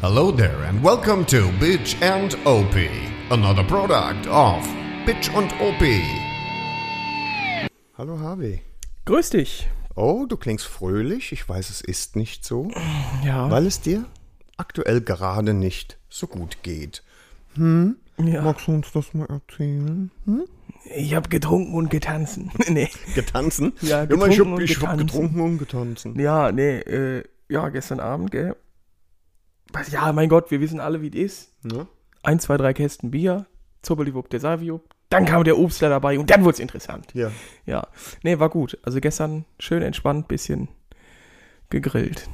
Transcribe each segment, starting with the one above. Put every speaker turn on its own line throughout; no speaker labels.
Hello there and welcome to Bitch and OP, another product of Bitch und OP.
Hallo Harvey.
Grüß dich.
Oh, du klingst fröhlich. Ich weiß, es ist nicht so,
Ja.
weil es dir aktuell gerade nicht so gut geht. Hm?
ja.
Magst du uns das mal erzählen?
Ich hab getrunken und getanzt. nee.
Getanzen?
Ja,
Immer, ich hab,
getrunken und
ich hab
getanzen.
getrunken und getanzen.
Ja, nee, äh, ja, gestern Abend, gell? Was- Ja, mein Gott, wir wissen alle, wie es ist.
Ne?
Ein, zwei, drei Kästen Bier, zuppeliwupp der Savio. Dann kam der Obstler dabei und dann wurde es interessant.
Ja.
Ja. Nee, war gut. Also gestern schön entspannt, bisschen gegrillt.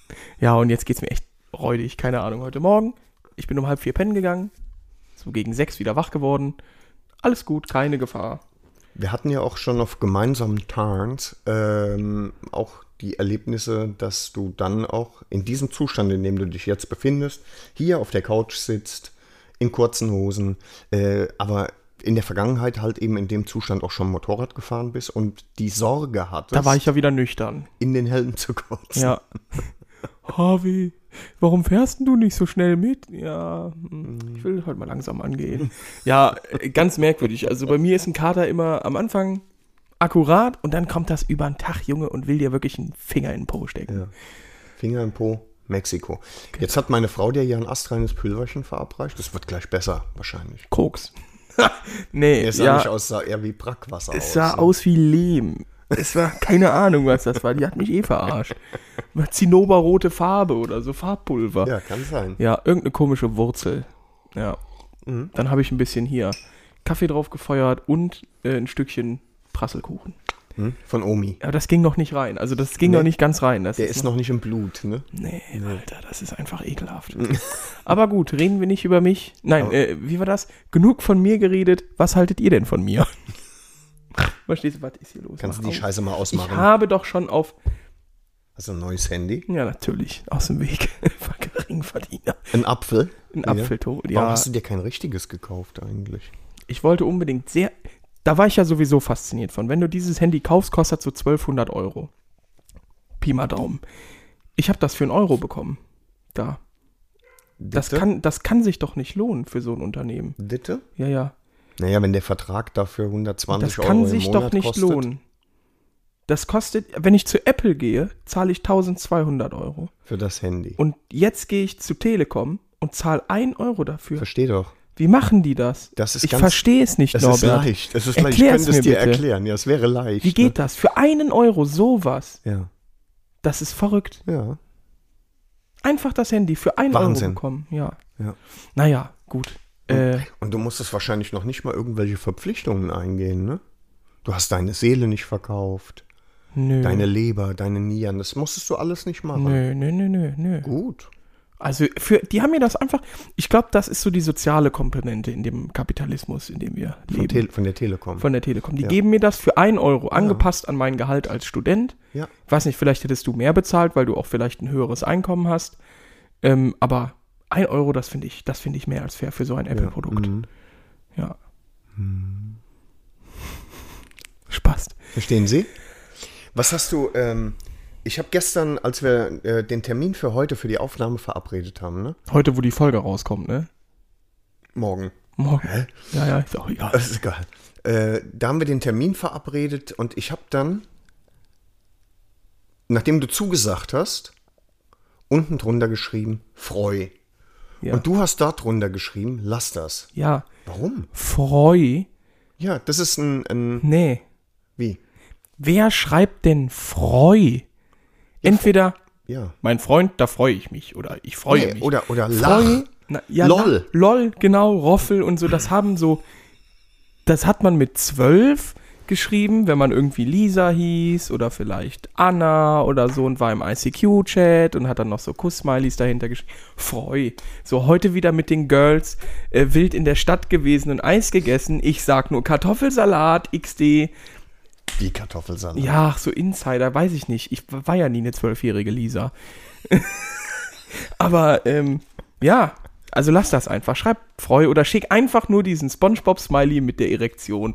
ja, und jetzt geht's mir echt räudig. Keine Ahnung, heute Morgen. Ich bin um halb vier pennen gegangen. So gegen sechs wieder wach geworden. Alles gut, keine Gefahr.
Wir hatten ja auch schon auf gemeinsamen Tarns ähm, auch die Erlebnisse, dass du dann auch in diesem Zustand, in dem du dich jetzt befindest, hier auf der Couch sitzt, in kurzen Hosen, äh, aber in der Vergangenheit halt eben in dem Zustand auch schon Motorrad gefahren bist und die Sorge hattest,
Da war ich ja wieder nüchtern.
in den Helm zu kotzen.
Ja. Harvey, warum fährst denn du nicht so schnell mit? Ja, hm, ich will heute mal langsam angehen. Ja, äh, ganz merkwürdig. Also bei mir ist ein Kater immer am Anfang akkurat und dann kommt das über den Tag, Junge, und will dir wirklich einen Finger in den Po stecken.
Finger im Po, Mexiko. Jetzt hat meine Frau dir ja ein astreines Pülverchen verabreicht. Das wird gleich besser, wahrscheinlich.
Koks. nee,
Es sah
ja,
nicht aus, sah eher wie Brackwasser
es sah
ne?
aus wie Lehm. Es war keine Ahnung, was das war. Die hat mich eh verarscht. Zinnoberrote Farbe oder so Farbpulver.
ne? Ja, kann sein.
Ja, irgendeine komische Wurzel. Ja.
Mhm.
Dann habe ich ein bisschen hier Kaffee drauf gefeuert und äh, ein Stückchen Prasselkuchen.
Hm? Von Omi.
Aber das ging noch nicht rein. Also das ging noch nicht ganz rein. Das
Der ist noch nicht im Blut, ne?
Nee, Alter, das ist einfach ekelhaft.
Mhm.
Aber gut, reden wir nicht über mich. Nein, äh, wie war das? Genug von mir geredet. Was haltet ihr denn von mir? Verstehst du, was ist hier los?
Kannst du
Mach
die
auf.
Scheiße mal
Ich
ausmachen?
habe doch schon auf.
Hast du ein neues Handy?
Ja, natürlich. Aus dem Weg. Geringverdiener.
Ein Apfel?
Ein
Ja.
Apfeltor. Ja.
Warum hast du dir kein richtiges gekauft eigentlich?
ich wollte unbedingt sehr. Da war ich ja sowieso fasziniert von. Wenn du dieses Handy kaufst, kostet so 1200 Euro. Pi mal Daumen. Ich habe das für einen Euro bekommen. Da. Das
Bitte?
kann, das kann sich doch nicht lohnen für so ein Unternehmen.
Bitte?
Ja, ja.
Naja, wenn der Vertrag dafür 120
Das
Euro
kann
im
sich
Monat
doch nicht
kostet.
lohnen. Das kostet, wenn ich zu Apple gehe, zahle ich 1200 Euro.
Für das Handy.
Und jetzt gehe ich zu Telekom und zahle 1 Euro dafür.
Versteh doch.
Wie machen die das?
Das ist
ich
ganz-
verstehe es nicht,
Es ist leicht. ne? Es ist leicht. Ich
Erklär's
könnte es
mir
dir
bitte.
erklären. Ja, es wäre leicht.
Wie geht das? Für einen Euro sowas?
Ne?
Das ist verrückt.
Ja. Ja.
Einfach das Handy für einen
Wahnsinn.
Euro bekommen. Ja.
Ja.
Naja, gut. Äh,
Und du musstest wahrscheinlich noch nicht mal irgendwelche Verpflichtungen eingehen, ne? Du hast deine Seele nicht verkauft,
nö.
deine Leber, deine Nieren. Das musstest du alles nicht machen.
Nö, nö, nö, nö, nö.
Gut.
Also für, die haben mir das einfach, ich glaube, das ist so die soziale Komponente in dem Kapitalismus, in dem wir
Von,
leben.
Tele von der Telekom.
von der Telekom. Die geben mir das für einen Euro, angepasst an mein Gehalt als Student.
ja.
Weiß nicht, vielleicht hättest du mehr bezahlt, weil du auch vielleicht ein höheres Einkommen hast. Ähm, aber ein Euro, das finde ich, das finde ich mehr als fair für so ein Apple-Produkt.
Mhm.
Ja. Spaß.
Verstehen Sie? Was hast du? Ähm, ich habe gestern, als wir äh, den Termin für heute für die Aufnahme verabredet haben, ne?
Heute, wo die Folge rauskommt, ne?
Morgen.
Morgen. Ja, ja, ist auch egal.
Das ist egal. Äh, da haben wir den Termin verabredet und ich habe dann, nachdem du zugesagt hast, unten drunter geschrieben, freu.
Ja.
Und du hast da drunter geschrieben, lass das.
Ja.
Warum?
Freu.
Ja, das ist ein, ein
Nee.
wie?
Wer schreibt denn Freu? Entweder
Ja.
mein Freund, da freue ich mich. Oder ich freue
Nee,
mich.
oder, oder lach.
Freu. Na, ja,
Lol.
La, lol, genau, Roffel und so. Das haben so. Das hat man mit zwölf geschrieben, wenn man irgendwie Lisa hieß oder vielleicht Anna oder so und war im ICQ-Chat und hat dann noch so Kuss-Smileys dahinter geschrieben. Freu. So heute wieder mit den Girls, äh, wild in der Stadt gewesen und Eis gegessen. Ich sag nur Kartoffelsalat, XD.
Die Kartoffelsalat.
Ja, so Insider, weiß ich nicht. Ich war ja nie eine zwölfjährige Lisa. Aber ähm, ja, also lass das einfach. Schreib Freu oder schick einfach nur diesen SpongeBob-Smiley mit der Erektion.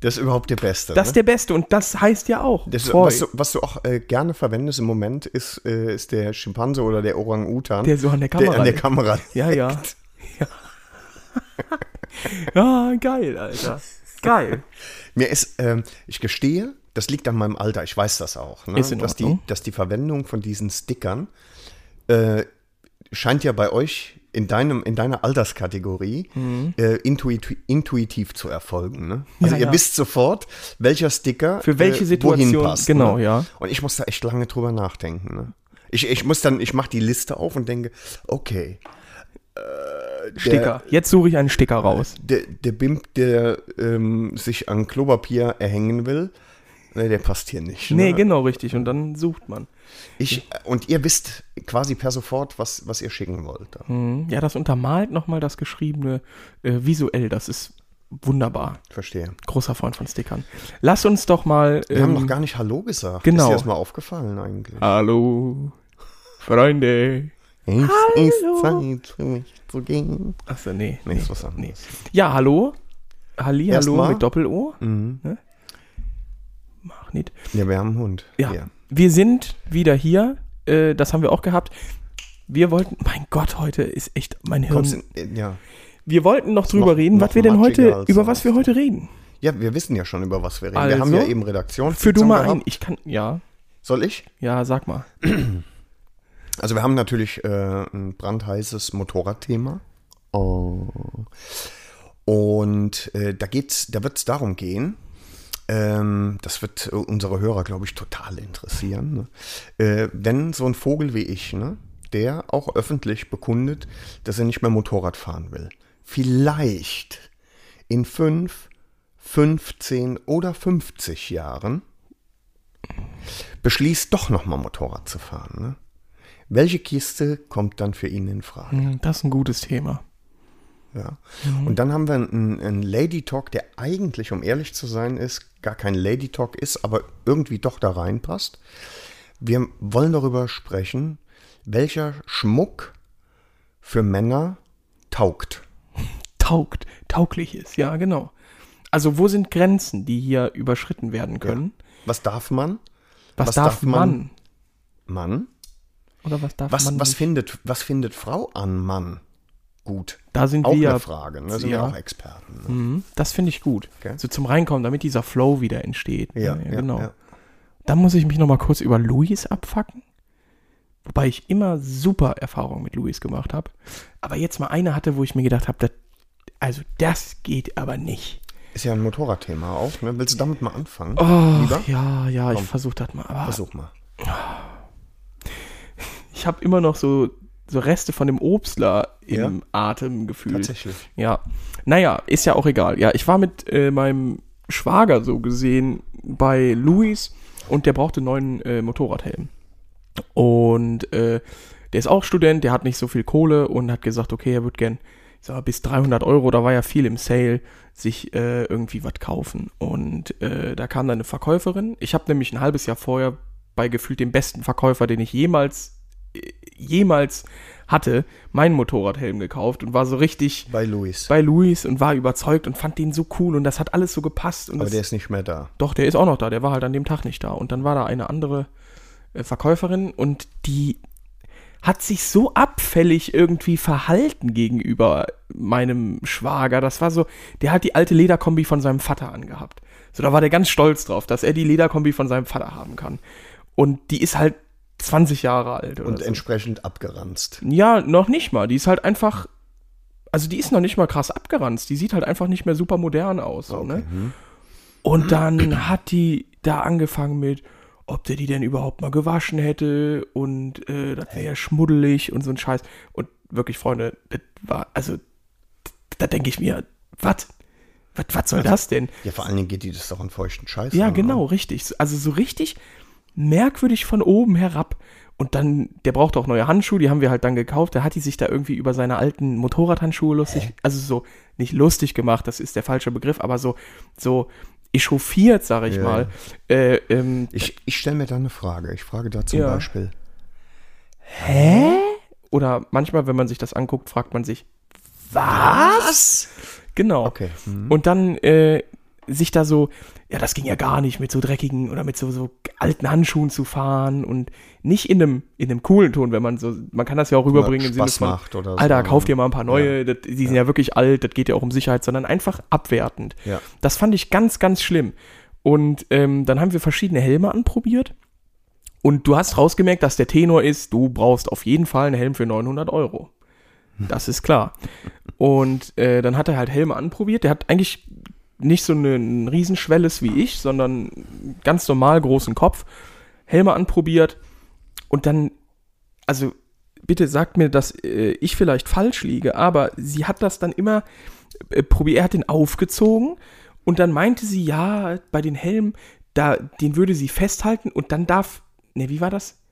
Das ist überhaupt der Beste.
Das ist
ne?
der Beste und das heißt ja auch
das,
Toy.
was, du, was du auch äh, gerne verwendest im Moment, ist, äh, ist der Schimpanse oder der Orang-Utan.
Der so an der Kamera
Der an der
ist.
Kamera.
ja, ja. ja. ja, geil, Alter. Geil.
Mir ist, ähm, ich gestehe, das liegt an meinem Alter, ich weiß das auch. Ne?
Ist in
dass, die,
Ordnung.
dass die Verwendung von diesen Stickern äh, scheint ja bei euch in, deinem, in deiner Alterskategorie äh, intuitiv, intuitiv zu erfolgen. Ne? Also
Mhm.
ihr
Ja, ja.
wisst sofort, welcher Sticker äh,
Für welche Situation,
wohin passt.
genau,
ne?
ja.
Und ich muss da echt lange drüber nachdenken. Ne? Ich, ich muss dann, ich mache die Liste auf und denke, okay,
Sticker. Jetzt suche ich einen Sticker raus.
der, der Bimp, der ähm, sich an Klopapier erhängen will, ne, der passt hier nicht.
Nee,
ne?
genau richtig. Und dann sucht man.
Ich, äh, und ihr wisst quasi per sofort, was, was ihr schicken wollt.
Mhm. Ja, das untermalt nochmal das Geschriebene äh, visuell. Das ist wunderbar.
Verstehe.
Großer Freund von Stickern. Lass uns doch mal.
Wir haben
ähm,
noch gar nicht Hallo gesagt.
genau.
Ist dir das mal aufgefallen eigentlich?
Hallo, Freunde.
Es
Hallo.
Zeit für mich zu gehen.
Achso, nee.
Nee, ist was anderes.
Ja, hallo. Halli, hallo
Erstmal. Mhm.
mit Doppel-O. Ne? Mach nicht.
Ja, wir haben einen Hund.
Ja. Ähm, Wir sind wieder hier. Äh, das haben wir auch gehabt. Wir wollten, mein Gott, heute ist echt mein Hirn.
Kommst in, äh, ja.
Wir wollten noch drüber
noch-
reden,
noch
was wir denn
matschiger
heute,
als
über was wir
sonst.
heute reden.
ja, wir wissen ja schon, über was wir reden.
Also?
wir haben ja eben Redaktion.
Für du mal ein. Ich kann, ja,
Soll ich?
ja, sag mal.
Also wir haben natürlich äh, ein brandheißes Motorradthema. Oh. Und äh, da geht's, da wird es darum gehen. Ähm, das wird äh, unsere Hörer, glaube ich, total interessieren. Ne? Äh, wenn so ein Vogel wie ich, ne, der auch öffentlich bekundet, dass er nicht mehr Motorrad fahren will, vielleicht in 5, 15 oder 50 Jahren beschließt, doch nochmal Motorrad zu fahren. Ne? Welche Kiste kommt dann für ihn in Frage?
Hm, Das ist ein gutes Thema.
Ja.
Mhm.
Und dann haben wir einen, einen Lady Talk, der eigentlich, um ehrlich zu sein, ist, gar kein Lady Talk ist, aber irgendwie doch da reinpasst. Wir wollen darüber sprechen, welcher Schmuck für Männer taugt.
Taugt, tauglich ist, ja, genau. Also, wo sind Grenzen, die hier überschritten werden können?
Was darf man?
Was, darf, man?
Mann?
Oder was darf
Was,
man?
was,
nicht?
findet, was findet Frau an Mann gut?
da sind
Auch
wir ja.
eine Frage. Ne? Da sind
ja.
wir auch Experten. Ne?
Mhm, Das finde ich gut.
Okay.
So zum Reinkommen, damit dieser Flow wieder entsteht.
Ja, ja,
genau.
ja.
Dann muss ich mich nochmal kurz über Luis abfacken. Wobei ich immer super Erfahrungen mit Luis gemacht habe. Aber jetzt mal eine hatte, wo ich mir gedacht habe, das- also das geht aber nicht.
Ist ja ein Motorradthema auch. Ne? Willst du damit mal anfangen? Lieber?
Ach, Oh, ja, ja, ich versuche das mal. Aber
Versuch mal.
ich habe immer noch so, so Reste von dem Obstler im
Ja?
Atem gefühlt.
Tatsächlich.
Ja. Naja, ist ja auch egal. Ja, ich war mit äh, meinem Schwager so gesehen bei Luis und der brauchte einen neuen äh, Motorradhelm. Und äh, der ist auch Student, der hat nicht so viel Kohle und hat gesagt, okay, er würde gern ich sag mal, bis 300 Euro, da war ja viel im Sale, sich äh, irgendwie was kaufen. Und äh, da kam dann eine Verkäuferin. Ich habe nämlich ein halbes Jahr vorher bei gefühlt dem besten Verkäufer, den ich jemals äh, jemals hatte, meinen Motorradhelm gekauft und war so richtig
Bei Luis.
bei Luis und war überzeugt und fand den so cool und das hat alles so gepasst. Und
Aber
das,
der ist nicht mehr da.
doch, der ist auch noch da, der war halt an dem Tag nicht da. Und dann war da eine andere äh, Verkäuferin und die hat sich so abfällig irgendwie verhalten gegenüber meinem Schwager. Das war so, der hat die alte Lederkombi von seinem Vater angehabt. So, da war der ganz stolz drauf, dass er die Lederkombi von seinem Vater haben kann. Und die ist halt 20 Jahre alt. Oder
Und
so.
entsprechend abgeranzt.
Ja, noch nicht mal. Die ist halt einfach. Also die ist noch nicht mal krass abgeranzt. Die sieht halt einfach nicht mehr super modern aus. So, ne? Und dann hat die da angefangen mit, ob der die denn überhaupt mal gewaschen hätte und äh, das wäre ja schmuddelig und so ein Scheiß. Und wirklich, Freunde, das war, also, d- da denke ich mir, was? Was soll das denn?
Ja, vor allen Dingen geht die das doch an feuchten Scheiß.
Ja,
an, ne?
genau, richtig. Also so richtig merkwürdig von oben herab. Und dann, der braucht auch neue Handschuhe, die haben wir halt dann gekauft. Da hat die sich da irgendwie über seine alten Motorradhandschuhe lustig, also so nicht lustig gemacht, das ist der falsche Begriff, aber so, so echauffiert, sage ich
Ja.
mal. Äh, ähm,
Ich, ich stelle mir da eine Frage. Ich frage da zum
Ja.
Beispiel.
oder manchmal, wenn man sich das anguckt, fragt man sich, was? Genau.
Okay.
Und dann äh, sich da so, ja, das ging ja gar nicht, mit so dreckigen oder mit so, so alten Handschuhen zu fahren und nicht in einem, in einem coolen Ton, wenn man so, man kann das ja auch rüberbringen im Sinne
Spaß
von,
macht oder so. ne?
Alter, kauf dir mal ein paar neue, das, die sind ja wirklich alt, das geht ja auch um Sicherheit, sondern einfach abwertend.
Ja.
Das fand ich ganz, ganz schlimm. Und ähm, dann haben wir verschiedene Helme anprobiert. Und du hast rausgemerkt, dass der Tenor ist, du brauchst auf jeden Fall einen Helm für 900 Euro. Das ist klar. Und äh, dann hat er halt Helme anprobiert. Der hat eigentlich nicht so einen Riesenschwelles wie ich, sondern einen ganz normal großen Kopf. Helme anprobiert. Und dann, also bitte sagt mir, dass äh, ich vielleicht falsch liege, aber sie hat das dann immer äh, probiert, er hat den aufgezogen und dann meinte sie, ja, bei den Helmen, da, den würde sie festhalten und dann darf, ne, wie war das?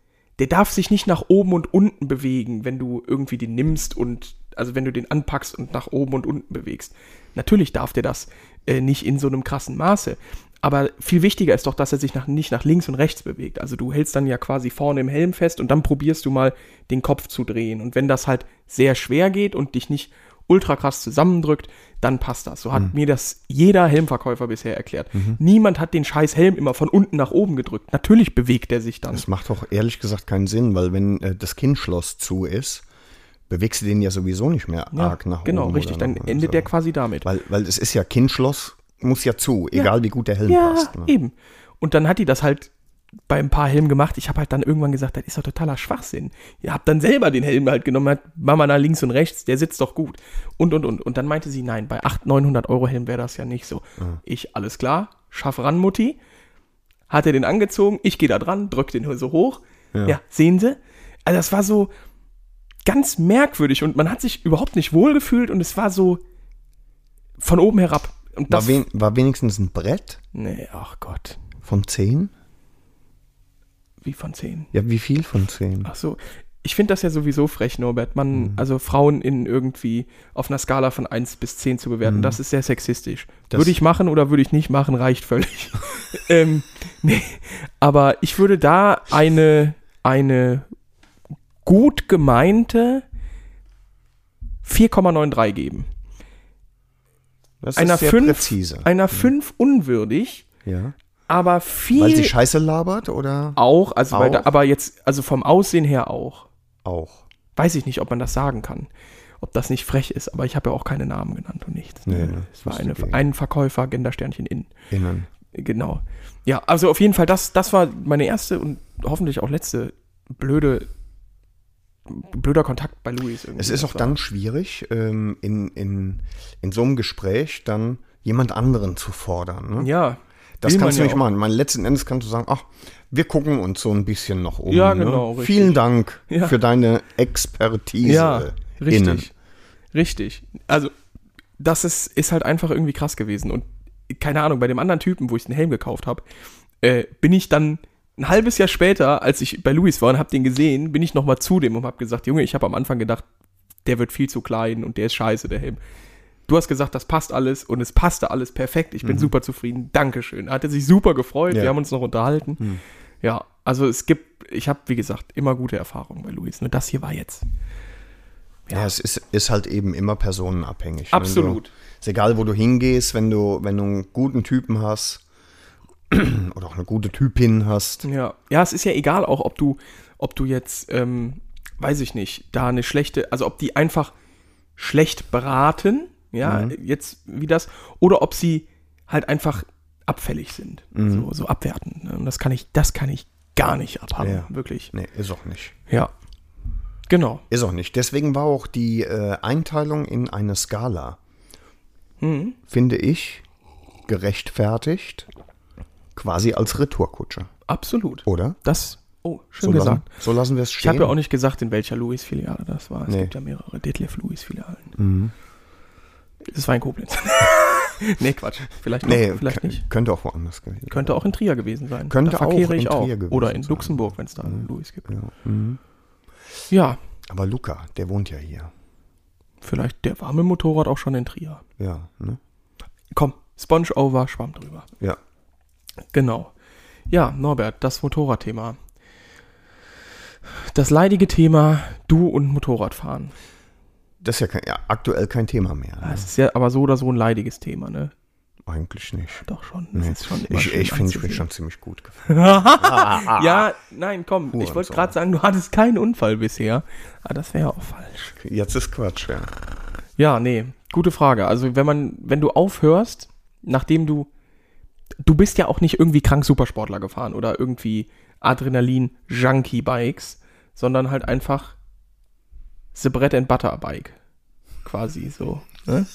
Der darf sich nicht nach oben und unten bewegen, wenn du irgendwie den nimmst und, also wenn du den anpackst und nach oben und unten bewegst. Natürlich darf der das äh, nicht in so einem krassen Maße. Aber viel wichtiger ist doch, dass er sich nach, nicht nach links und rechts bewegt. Also du hältst dann ja quasi vorne im Helm fest und dann probierst du mal den Kopf zu drehen. Und wenn das halt sehr schwer geht und dich nicht ultra krass zusammendrückt, dann passt das. So hat mir das jeder Helmverkäufer bisher erklärt. Niemand hat den scheiß Helm immer von unten nach oben gedrückt. Natürlich bewegt er sich dann.
Das macht doch ehrlich gesagt keinen Sinn, weil wenn äh, das Kinnschloss zu ist, bewegst du den ja sowieso nicht mehr
Ja,
arg nach
genau,
oben. oder
richtig. Dann
nach unten.
endet der quasi damit.
Weil, weil es ist ja Kinnschloss, muss ja zu, egal wie gut der Helm
Ja,
passt. Ne?
eben. Und dann hat die das halt bei ein paar Helmen gemacht. Ich habe halt dann irgendwann gesagt, das ist doch totaler Schwachsinn. Ihr habt dann selber den Helm halt genommen, hat Mama nach links und rechts, der sitzt doch gut. Und, und, und. Und dann meinte sie, nein, bei 800, 900 Euro Helm wäre das ja nicht so. Ich, alles klar, schaff ran, Mutti. Hat er den angezogen, ich gehe da dran, drück den so hoch. Ja. sehen Sie? Also das war so ganz merkwürdig und man hat sich überhaupt nicht wohlgefühlt und es war so von oben herab. Und
War,
das,
wen, war wenigstens ein Brett
nee, ach Gott.
von 10?
Wie von 10.
Ja, wie viel von 10?
Ach so. Ich finde das ja sowieso frech, Norbert. Man,
Mhm.
also Frauen in irgendwie auf einer Skala von 1 bis 10 zu bewerten, das ist sehr sexistisch.
Mhm. Das-
würde ich machen oder würde ich nicht machen, reicht völlig. ähm, nee. Aber ich würde da eine, eine gut gemeinte 4,93 geben.
Das
einer
ist sehr
5,
präzise.
einer 5 unwürdig,
ja.
aber viel
Weil sie Scheiße labert oder
auch, also Weil da,
Auch?
aber jetzt, also vom Aussehen her auch.
auch?
weiß ich nicht, ob man das sagen kann, ob das nicht frech ist, aber ich habe ja auch keine Namen genannt und nichts.
Nee, ne,
es war
ist
eine,
okay.
ein Verkäufer, Gendersternchen in.
Innen.
Genau. Ja, also auf jeden Fall, das, das war meine erste und hoffentlich auch letzte blöde, blöder Kontakt bei Luis. Irgendwie.
Es ist
Das
auch
war-
dann schwierig, ähm, in, in, in so einem Gespräch dann jemand anderen zu fordern. Ne?
Ja.
Das
will man
kannst du
ja
nicht
auch.
machen. Mein letzten Endes kannst du sagen, ach, wir gucken uns so ein bisschen noch um.
Ja, genau, richtig.
Vielen Dank
Ja.
für deine Expertise.
Ja, richtig.
äh, Innen.
Richtig. Also, das ist, ist halt einfach irgendwie krass gewesen. Und keine Ahnung, bei dem anderen Typen, wo ich den Helm gekauft habe, äh, bin ich dann ein halbes Jahr später, als ich bei Luis war und habe den gesehen, bin ich nochmal zu dem und habe gesagt, Junge, ich habe am Anfang gedacht, der wird viel zu klein und der ist scheiße, der Helm. Du hast gesagt, das passt alles und es passte alles perfekt. Ich bin super zufrieden. Dankeschön. Hat er sich super gefreut.
Mhm. Ja. Mhm.
Wir haben uns noch unterhalten. Ja, also es gibt, ich habe, wie gesagt, immer gute Erfahrungen bei Luis. Nur das hier war jetzt.
Ja, es ist, ist halt eben immer personenabhängig.
Absolut.
Wenn du, ist egal, wo du hingehst, wenn du, wenn du einen guten Typen hast oder auch eine gute Typin hast.
Ja, ja, es ist ja egal auch, ob du, ob du jetzt, ähm, weiß ich nicht, da eine schlechte, also ob die einfach schlecht beraten, ja,
Mhm.
jetzt wie das, oder ob sie halt einfach abfällig sind,
Mhm.
so, so abwertend. Ne? Und das kann ich, das kann ich gar nicht abhaben,
Ja.
wirklich.
Nee, ist auch nicht.
Ja, genau.
Ist auch nicht. Deswegen war auch die äh, Einteilung in eine Skala,
Hm.
finde ich, gerechtfertigt, quasi als Retourkutsche,
Absolut.
oder?
Das, oh, schön
So lassen,
gesagt.
so lassen wir es
Ich
stehen.
habe ja auch nicht gesagt, in welcher Louis-Filiale das war. Es
Nee. Mhm.
gibt ja mehrere Detlef-Louis-Filialen. Es war in Koblenz. nee, Quatsch. Vielleicht,
nee,
nicht, vielleicht
k-
nicht.
Könnte auch woanders gewesen
Könnte auch in Trier gewesen sein.
Könnte
da verkehre
auch in
ich auch.
Trier gewesen
Oder in
sein. Mhm.
Luxemburg, wenn es da einen Louis gibt. Ja. ja,
Aber Luca, der wohnt ja hier.
vielleicht der warme Motorrad auch schon in Trier.
Ja, ne?
Komm, Sponge over, Schwamm drüber.
Ja.
Genau. Ja, Norbert, das Motorradthema. Das leidige Thema du und Motorradfahren.
Das ist ja, kein, ja aktuell kein Thema mehr. Ne?
Das ist ja aber so oder so ein leidiges Thema, ne?
Eigentlich nicht.
Doch schon. Das
Nee.
ist schon immer
ich
schön
ich finde, ich bin
anzusehen.
schon ziemlich gut gefahren.
Ja, nein, komm. ich wollte
Hurensohn.
gerade sagen, du hattest keinen Unfall bisher. Aber das wäre ja auch falsch.
Jetzt ist Quatsch, ja.
Ja, nee, gute Frage. Also wenn man, wenn du aufhörst, nachdem du, du bist ja auch nicht irgendwie krank Supersportler gefahren oder irgendwie Adrenalin-Junkie-Bikes, sondern halt einfach the bread and butter Bike. Quasi so. Ne?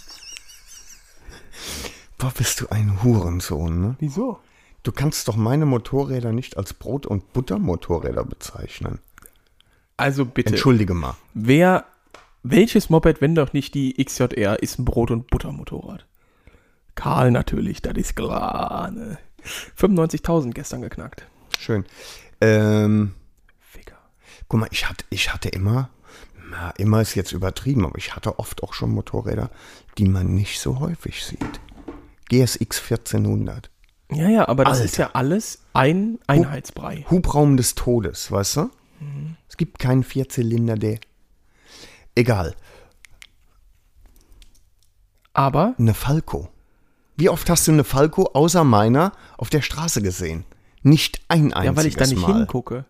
Boah, bist du ein Hurensohn, ne?
Wieso?
Du kannst doch meine Motorräder nicht als Brot- und Buttermotorräder bezeichnen.
Also bitte,
Entschuldige mal.
wer, welches Moped, wenn doch nicht die XJR, ist ein Brot- und Buttermotorrad? Karl natürlich, das ist klar. Ne? 95.000 gestern geknackt.
Schön. Ähm,
Ficker.
guck mal, ich hatte, ich hatte immer, na, immer ist jetzt übertrieben, aber ich hatte oft auch schon Motorräder, die man nicht so häufig sieht. GSX 1400.
Ja, ja, aber das
Alter.
ist ja alles ein Einheitsbrei.
Hubraum des Todes, weißt du?
Mhm.
Es gibt keinen Vierzylinder, der. Egal.
Aber
Eine Falco. Wie oft hast du eine Falco außer meiner auf der Straße gesehen? Nicht ein einziges Mal.
ja, weil ich da nicht hingucke.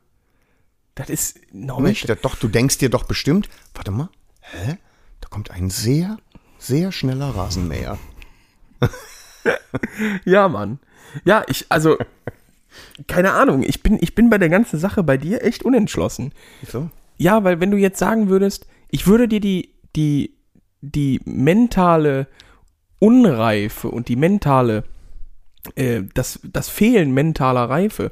Das ist Norbert.
Nicht, Oh doch, du denkst dir doch bestimmt, warte mal, hä? Da kommt ein sehr, sehr schneller Rasenmäher.
Ja, Mann. Ja, ich also keine Ahnung, ich bin ich bin bei der ganzen Sache bei dir echt unentschlossen.
So.
Ja, weil wenn du jetzt sagen würdest, ich würde dir die die die mentale Unreife und die mentale äh, das das Fehlen mentaler Reife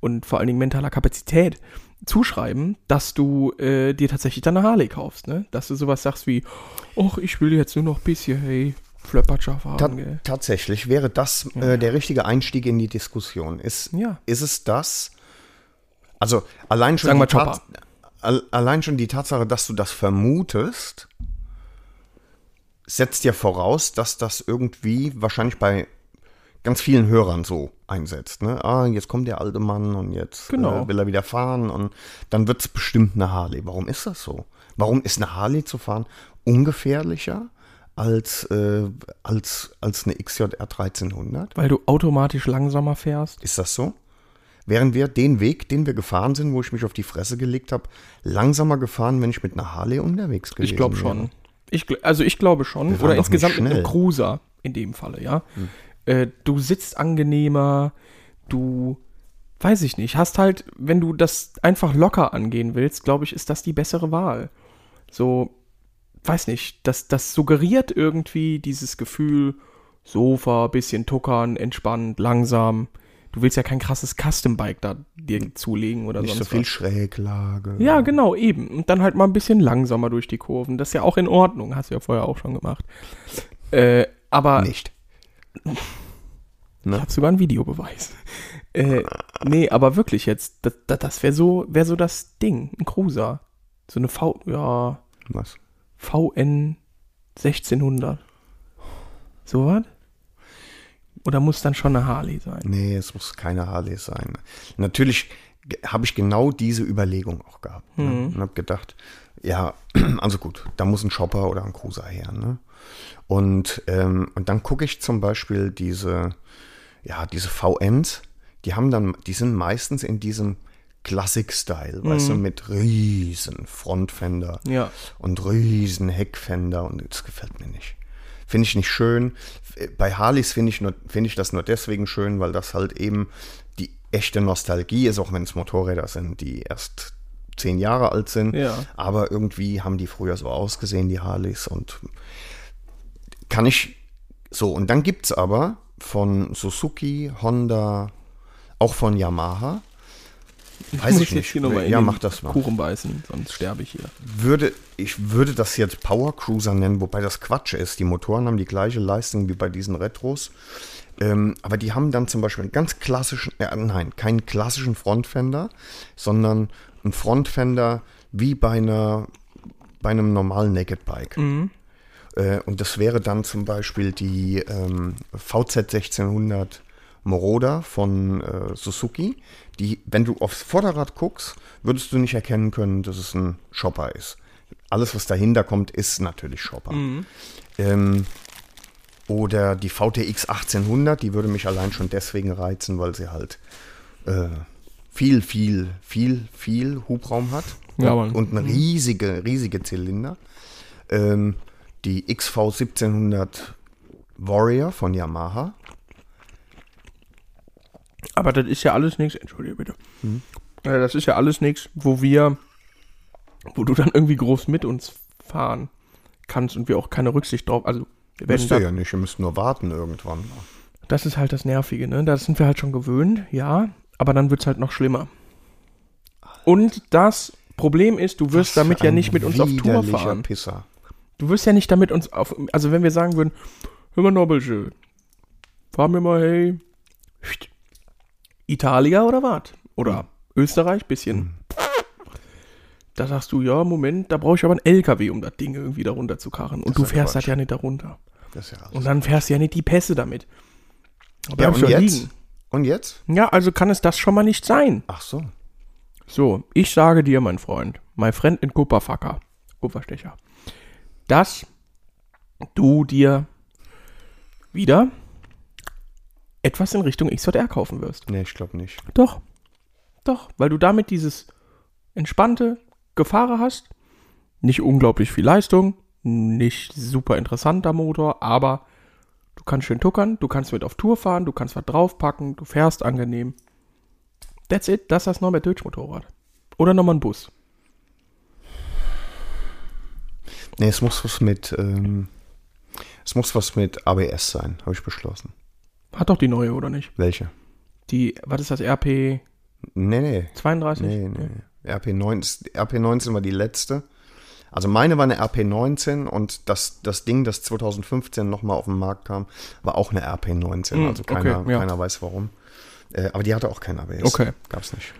und vor allen Dingen mentaler Kapazität zuschreiben, dass du äh, dir tatsächlich dann eine Harley kaufst, ne? Dass du sowas sagst wie, ach, ich will jetzt nur noch bisschen, hey, Flöppatscher fahren,
Ta
gell?
tatsächlich wäre das äh, der richtige Einstieg in die Diskussion. Ist,
Ja.
ist es das? Also allein schon,
Sagen wir
die Tats-
Chopper.
al- allein schon die Tatsache, dass du das vermutest, setzt ja voraus, dass das irgendwie wahrscheinlich bei ganz vielen Hörern so einsetzt. Ne? Ah, jetzt kommt der alte Mann und jetzt
Genau.
äh, will er wieder fahren und dann wird es bestimmt eine Harley. Warum ist das so? Warum ist eine Harley zu fahren ungefährlicher als, äh, als, als eine XJR 1300?
Weil du automatisch langsamer fährst.
Ist das so? Wären wir den Weg, den wir gefahren sind, wo ich mich auf die Fresse gelegt habe, langsamer gefahren, wenn ich mit einer Harley unterwegs gewesen
Ich glaube
wäre?
schon. Ich, gl- also ich glaube schon.
waren
Oder
doch
insgesamt
nicht
mit einem
schnell. Hm.
Cruiser in dem Falle, ja. Äh, du sitzt angenehmer, du, weiß ich nicht, hast halt, wenn du das einfach locker angehen willst, glaube ich, ist das die bessere Wahl. So, weiß nicht, das, das suggeriert irgendwie dieses Gefühl, Sofa, bisschen tuckern, entspannt, langsam. Du willst ja kein krasses Custom-Bike da dir zulegen oder
Hm. Nicht so
sonst
viel
was.
Schräglage.
Ja, genau, eben. Und dann halt mal ein bisschen langsamer durch die Kurven. Das ist ja auch in Ordnung, hast du ja vorher auch schon gemacht. Äh, aber
Nicht. Ne?
ich habe sogar einen Videobeweis. Äh, nee, aber wirklich jetzt, das, das, das wäre so, wär so das Ding, ein Cruiser. So eine V, ja,
Was?
VN 1600. So was? Oder muss dann schon eine Harley sein?
Nee, es muss keine Harley sein. Natürlich ge- habe ich genau diese Überlegung auch gehabt. Ne? Und habe gedacht, ja, also gut, da muss ein Shopper oder ein Cruiser her. Ne? Und, ähm, und dann gucke ich zum Beispiel diese, ja, diese VNs, die haben dann, die sind meistens in diesem Classic-Style, weißt du, mit riesen Frontfender
Ja.
und riesen Heckfender und das gefällt mir nicht. Finde ich nicht schön. Bei Harleys finde ich, nur- finde ich das nur deswegen schön, weil das halt eben die echte Nostalgie ist, auch wenn es Motorräder sind, die erst zehn Jahre alt sind.
Ja.
Aber irgendwie haben die früher so ausgesehen, die Harleys. Und kann ich so. Und dann gibt es aber von Suzuki, Honda, auch von Yamaha, weiß
muss
ich
jetzt
nicht.
hier nochmal in
Ja,
den
mach das mal
Kuchen beißen, sonst sterbe ich hier.
würde, ich würde das jetzt Power Cruiser nennen, wobei das Quatsch ist. Die Motoren haben die gleiche Leistung wie bei diesen Retros. Ähm, aber die haben dann zum Beispiel einen ganz klassischen, äh, nein, keinen klassischen Frontfender, sondern einen Frontfender wie bei, einer, bei einem normalen Naked Bike. Äh, und das wäre dann zum Beispiel die ähm, VZ 1600 Moroda von äh, Suzuki. Die, wenn du aufs Vorderrad guckst, würdest du nicht erkennen können, dass es ein Shopper ist. Alles, was dahinter kommt, ist natürlich Shopper. Ähm, Oder die VTX 1800, die würde mich allein schon deswegen reizen, weil sie halt äh, viel, viel, viel, viel Hubraum hat.
Ja, Mann.
und, und eine riesige, riesige Zylinder. Ähm, die XV 1700 Warrior von Yamaha.
Aber das ist ja alles nichts, entschuldige bitte.
Mhm.
Äh, Das ist ja alles nichts, wo wir, wo du dann irgendwie groß mit uns fahren kannst und wir auch keine Rücksicht drauf. Also wir werden
Müsst ihr
da,
ja nicht, ihr müsst nur warten irgendwann. mal.
das ist halt das Nervige, ne? Das sind wir halt schon gewöhnt, ja. Aber dann wird's halt noch schlimmer. Und das Problem ist, du wirst damit ja
Ein
nicht mit uns auf Tour
widerlicher
fahren.
Pisser.
Du wirst ja nicht damit uns auf. Also, wenn wir sagen würden, hör mal, Nobbelsche, fahren wir mal, hey, pst, Italia oder was? Oder Österreich, bisschen. Da sagst du, ja, Moment, da brauche ich aber einen LKW, um das Ding irgendwie da runter zu karren. Und du
ist ja
fährst das
Quatsch.
ja nicht da runter.
Das ist ja alles.
Und dann fährst du ja nicht die Pässe damit. Aber
Ja,
bleibst
und
du
jetzt? Und jetzt?
Ja, also kann es das schon mal nicht sein.
Ach so.
So, ich sage dir, mein Freund, mein Freund in Kupferfacker, Kupferstecher, dass du dir wieder etwas in Richtung XJR kaufen wirst.
Nee, ich glaube nicht.
Doch, doch, weil du damit dieses entspannte Gefahre hast. Nicht unglaublich viel Leistung, nicht super interessanter Motor, aber du kannst schön tuckern, du kannst mit auf Tour fahren, du kannst was draufpacken, du fährst angenehm. That's it, das ist das Norbert Deutsch Motorrad. Oder nochmal ein Bus.
Nee, es muss was mit, ähm, es muss was mit ABS sein, habe ich beschlossen.
Hat doch die neue, oder nicht?
Welche?
Die, was ist das, RP32?
Nee, nee. Nee, nee. RP19, RP19 war die letzte. Also meine war eine RP19 und das, das Ding, das 2015 nochmal auf den Markt kam, war auch eine RP19.
Hm,
also keiner,
okay, ja.
keiner weiß warum. Äh, aber die hatte auch kein ABS.
Okay.
Gab's nicht.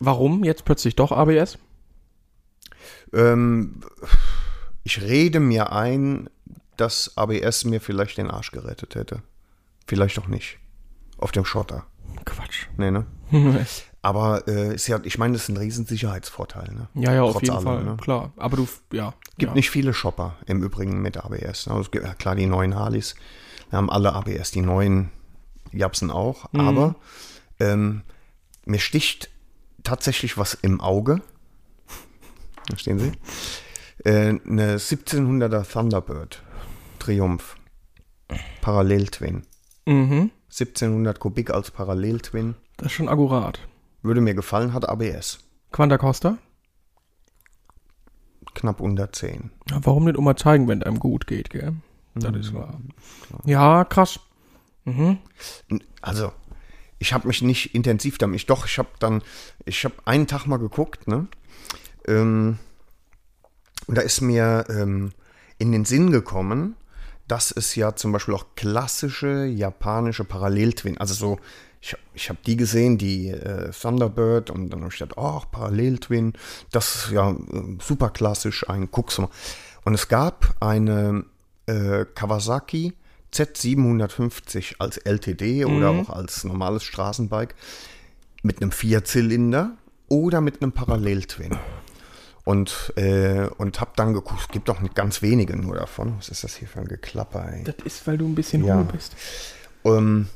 Warum jetzt plötzlich doch ABS?
Ähm, ich rede mir ein, dass ABS mir vielleicht den Arsch gerettet hätte. Vielleicht auch nicht. Auf dem Schotter.
Quatsch.
Nee, ne? Aber äh, ist ja, ich meine, das ist ein riesen Sicherheitsvorteil. Ne?
ja, ja, auf
Trotz
jeden
allem,
Fall,
ne?
klar. Aber du, f- ja.
Gibt
ja.
nicht viele Shopper im Übrigen mit ABS. Ne? Also, es gibt, ja, klar, die neuen Harleys haben alle ABS, die neuen Japsen auch.
Mhm.
Aber ähm, mir sticht tatsächlich was im Auge. Verstehen Sie? Äh, eine 1700er Thunderbird Triumph. Parallel-Twin.
Mhm.
1700 Kubik als Parallel-Twin.
Das ist schon akkurat.
Würde mir gefallen, hat ABS.
Quanta Costa?
Knapp unter 10.
Ja, warum nicht immer zeigen, wenn einem gut geht, gell? Das ist wahr. Mhm. Ja, krass.
also ich habe mich nicht intensiv damit, ich, doch, ich habe dann, ich habe einen Tag mal geguckt, ne? Ähm, und da ist mir ähm, in den Sinn gekommen, dass es ja zum Beispiel auch klassische japanische Paralleltwin, also so, ich, hab- ich habe die gesehen, die äh, Thunderbird, und dann habe ich gedacht, oh, Paralleltwin, das ist ja äh, super klassisch, ein guck's mal. Und es gab eine äh, Kawasaki Z750 als LTD oder auch als normales Straßenbike mit einem Vierzylinder oder mit einem Paralleltwin. Und, äh, und habe dann geguckt, es gibt doch nicht ganz wenige nur davon. Was ist das hier für ein Geklapper? Ey?
Das ist, weil du ein bisschen
Ja.
hohl bist.
Ähm,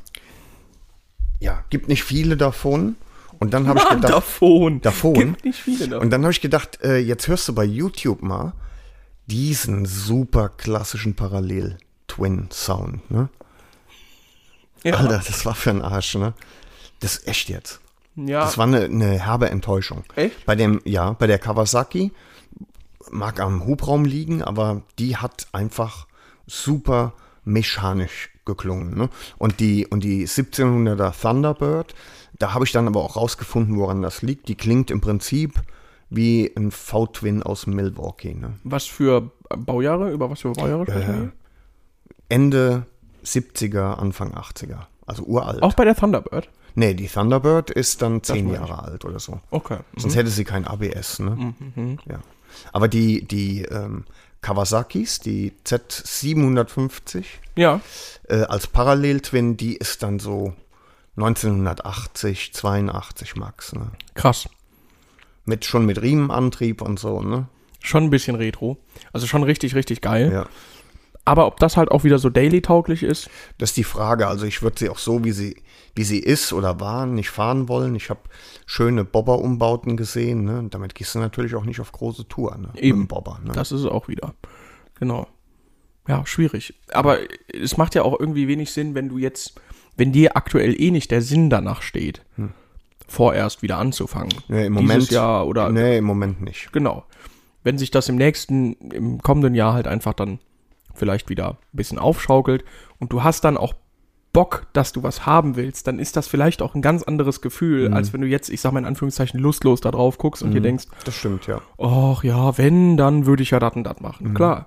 ja, gibt nicht viele davon. Und dann habe ich gedacht,
davon.
davon.
Gibt nicht viele ne? davon.
Und dann habe ich gedacht, äh, jetzt hörst du bei YouTube mal diesen super klassischen Parallel-Twin-Sound. Ne?
ja,
Alter, das war für ein Arsch, ne? Das ist echt jetzt.
ja.
Das war eine, eine herbe Enttäuschung.
Echt?
Bei dem, ja, bei der Kawasaki mag am Hubraum liegen, aber die hat einfach super mechanisch geklungen. Ne? Und die und die 1700er Thunderbird, da habe ich dann aber auch rausgefunden, woran das liegt. Die klingt im Prinzip wie ein V-Twin aus Milwaukee. Ne?
was für Baujahre? Über was für Baujahre sprechen wir? hier?
Ende 70er, Anfang 80er. Also uralt.
Auch bei der Thunderbird?
Nee, die Thunderbird ist dann zehn
meine ich.
Jahre alt oder so.
Okay.
Sonst hätte sie kein ABS, ne?
Mhm,
Ja. Aber die, die ähm, Kawasakis, die Z750,
Ja.
äh, als Parallel-Twin, die ist dann so 1980, 82 Max, ne?
Krass.
Mit, schon mit Riemenantrieb und so, ne?
Schon ein bisschen retro. Also schon richtig, richtig geil.
Ja.
Aber ob das halt auch wieder so daily-tauglich ist,
Das ist die Frage. Also ich würde sie auch so, wie sie, wie sie ist oder war, nicht fahren wollen. Ich habe schöne Bobber-Umbauten gesehen. Ne? Und damit gehst du natürlich auch nicht auf große Tour. Ne?
Eben.
Mit dem Bobber. Ne?
Das ist es auch wieder. Genau. Ja, schwierig. Aber es macht ja auch irgendwie wenig Sinn, wenn du jetzt, wenn dir aktuell eh nicht der Sinn danach steht, vorerst wieder anzufangen.
nee, Hm. Ne, im Moment, ne.
Dieses Jahr oder
Nee, im Moment nicht.
genau. Wenn sich das im nächsten, im kommenden Jahr halt einfach dann vielleicht wieder ein bisschen aufschaukelt und du hast dann auch Bock, dass du was haben willst, dann ist das vielleicht auch ein ganz anderes Gefühl,
Mhm.
als wenn du jetzt, ich sag mal in Anführungszeichen, lustlos da drauf guckst und dir denkst,
Das stimmt, ja.
Och ja, wenn, dann würde ich ja dat und dat machen.
Mhm.
Klar.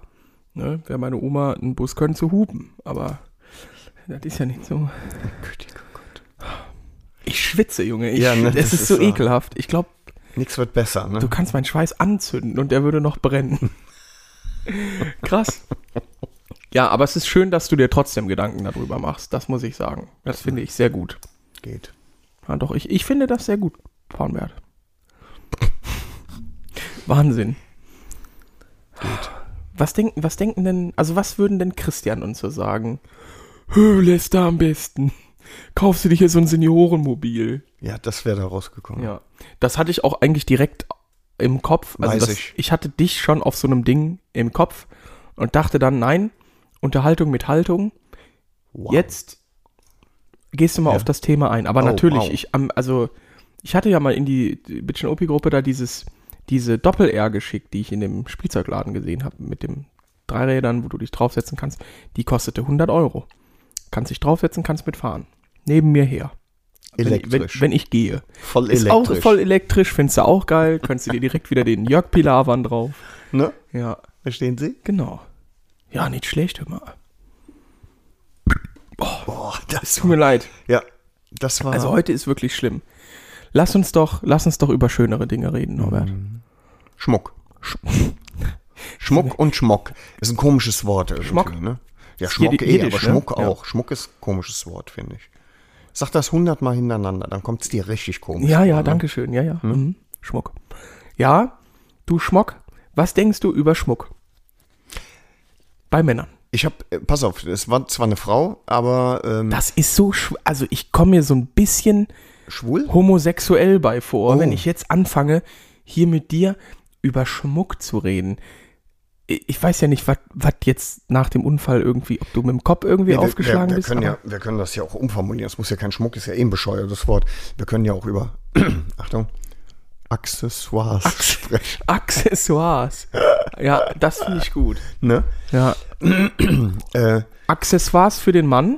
Ne, Wäre meine Oma einen Bus können zu hupen. Aber das ist ja nicht so. Ich schwitze, Junge. Ich,
Ja, ne,
das,
das
ist,
ist
so
wahr.
ekelhaft. Ich glaube,
Nichts wird besser. Ne?
du kannst meinen Schweiß anzünden und der würde noch brennen. Krass. Ja, aber es ist schön, dass du dir trotzdem Gedanken darüber machst. Das muss ich sagen. Das finde ich sehr gut.
Geht.
Ja, doch, ich, ich finde das sehr gut, Pornwert. Wahnsinn. Was denken, was denken denn, also was würden denn Christian und so sagen? Höhle ist da am besten. Kaufst du dich jetzt so ein Seniorenmobil?
Ja, das wäre da rausgekommen.
Ja. Das hatte ich auch eigentlich direkt im Kopf. Also
Weiß
das,
ich.
ich hatte dich schon auf so einem Ding im Kopf und dachte dann, nein, Unterhaltung mit Haltung.
Wow.
Jetzt gehst du mal auf das Thema ein. Aber
Oh,
natürlich,
wow.
ich am, also ich hatte ja mal in die Bitchen OP Gruppe da dieses diese Doppel R geschickt, die ich in dem Spielzeugladen gesehen habe mit dem Dreirädern, wo du dich draufsetzen kannst. Die kostete 100 Euro. Kannst dich draufsetzen, kannst mitfahren. Neben mir her. Wenn,
Elektrisch.
wenn, wenn ich gehe.
voll
Ist
elektrisch.
auch voll elektrisch, findest du auch geil. Könntest du dir direkt wieder den Jörg Pilawan drauf.
ne?
Ja,
Verstehen Sie?
genau. Ja, nicht schlecht, hör mal.
Boah, das
Tut mir leid.
Ja, das war.
Also heute ist wirklich schlimm. Lass uns doch, lass uns doch über schönere Dinge
Mhm.
reden, Norbert.
Schmuck. Schmuck und Schmock ist ein komisches Wort. irgendwie,
Schmock?
Ne? Ja,
Ist
Schmock eh,
jedi-
aber
jiddisch, ne?
Schmuck
Ja.
auch. Schmuck ist ein komisches Wort, finde ich. Sag das hundertmal hintereinander, dann kommt es dir richtig komisch.
Ja, ja,
vor, ne?
danke schön. Ja, ja. Mhm. Schmuck. Ja, du Schmuck, was denkst du über Schmuck? Bei Männern.
Ich habe, pass auf, es war zwar eine Frau, aber ähm,
Das ist so, schw- also ich komme mir so ein bisschen
schwul?
homosexuell bei vor,
Oh.
wenn ich jetzt anfange, hier mit dir über Schmuck zu reden. I- Ich weiß ja nicht, was jetzt nach dem Unfall irgendwie, ob du mit dem Kopf irgendwie
Nee, wir-
aufgeschlagen
wir, wir
bist.
Können ja,
aber-
wir können das ja auch umformulieren. Das muss ja kein Schmuck, ist ja eh ein bescheuertes Wort. Wir können ja auch über, Achtung, Accessoires sprechen.
Accessoires. ja, das finde ich gut.
Ne?
Ja.
Äh,
Accessoires für den Mann.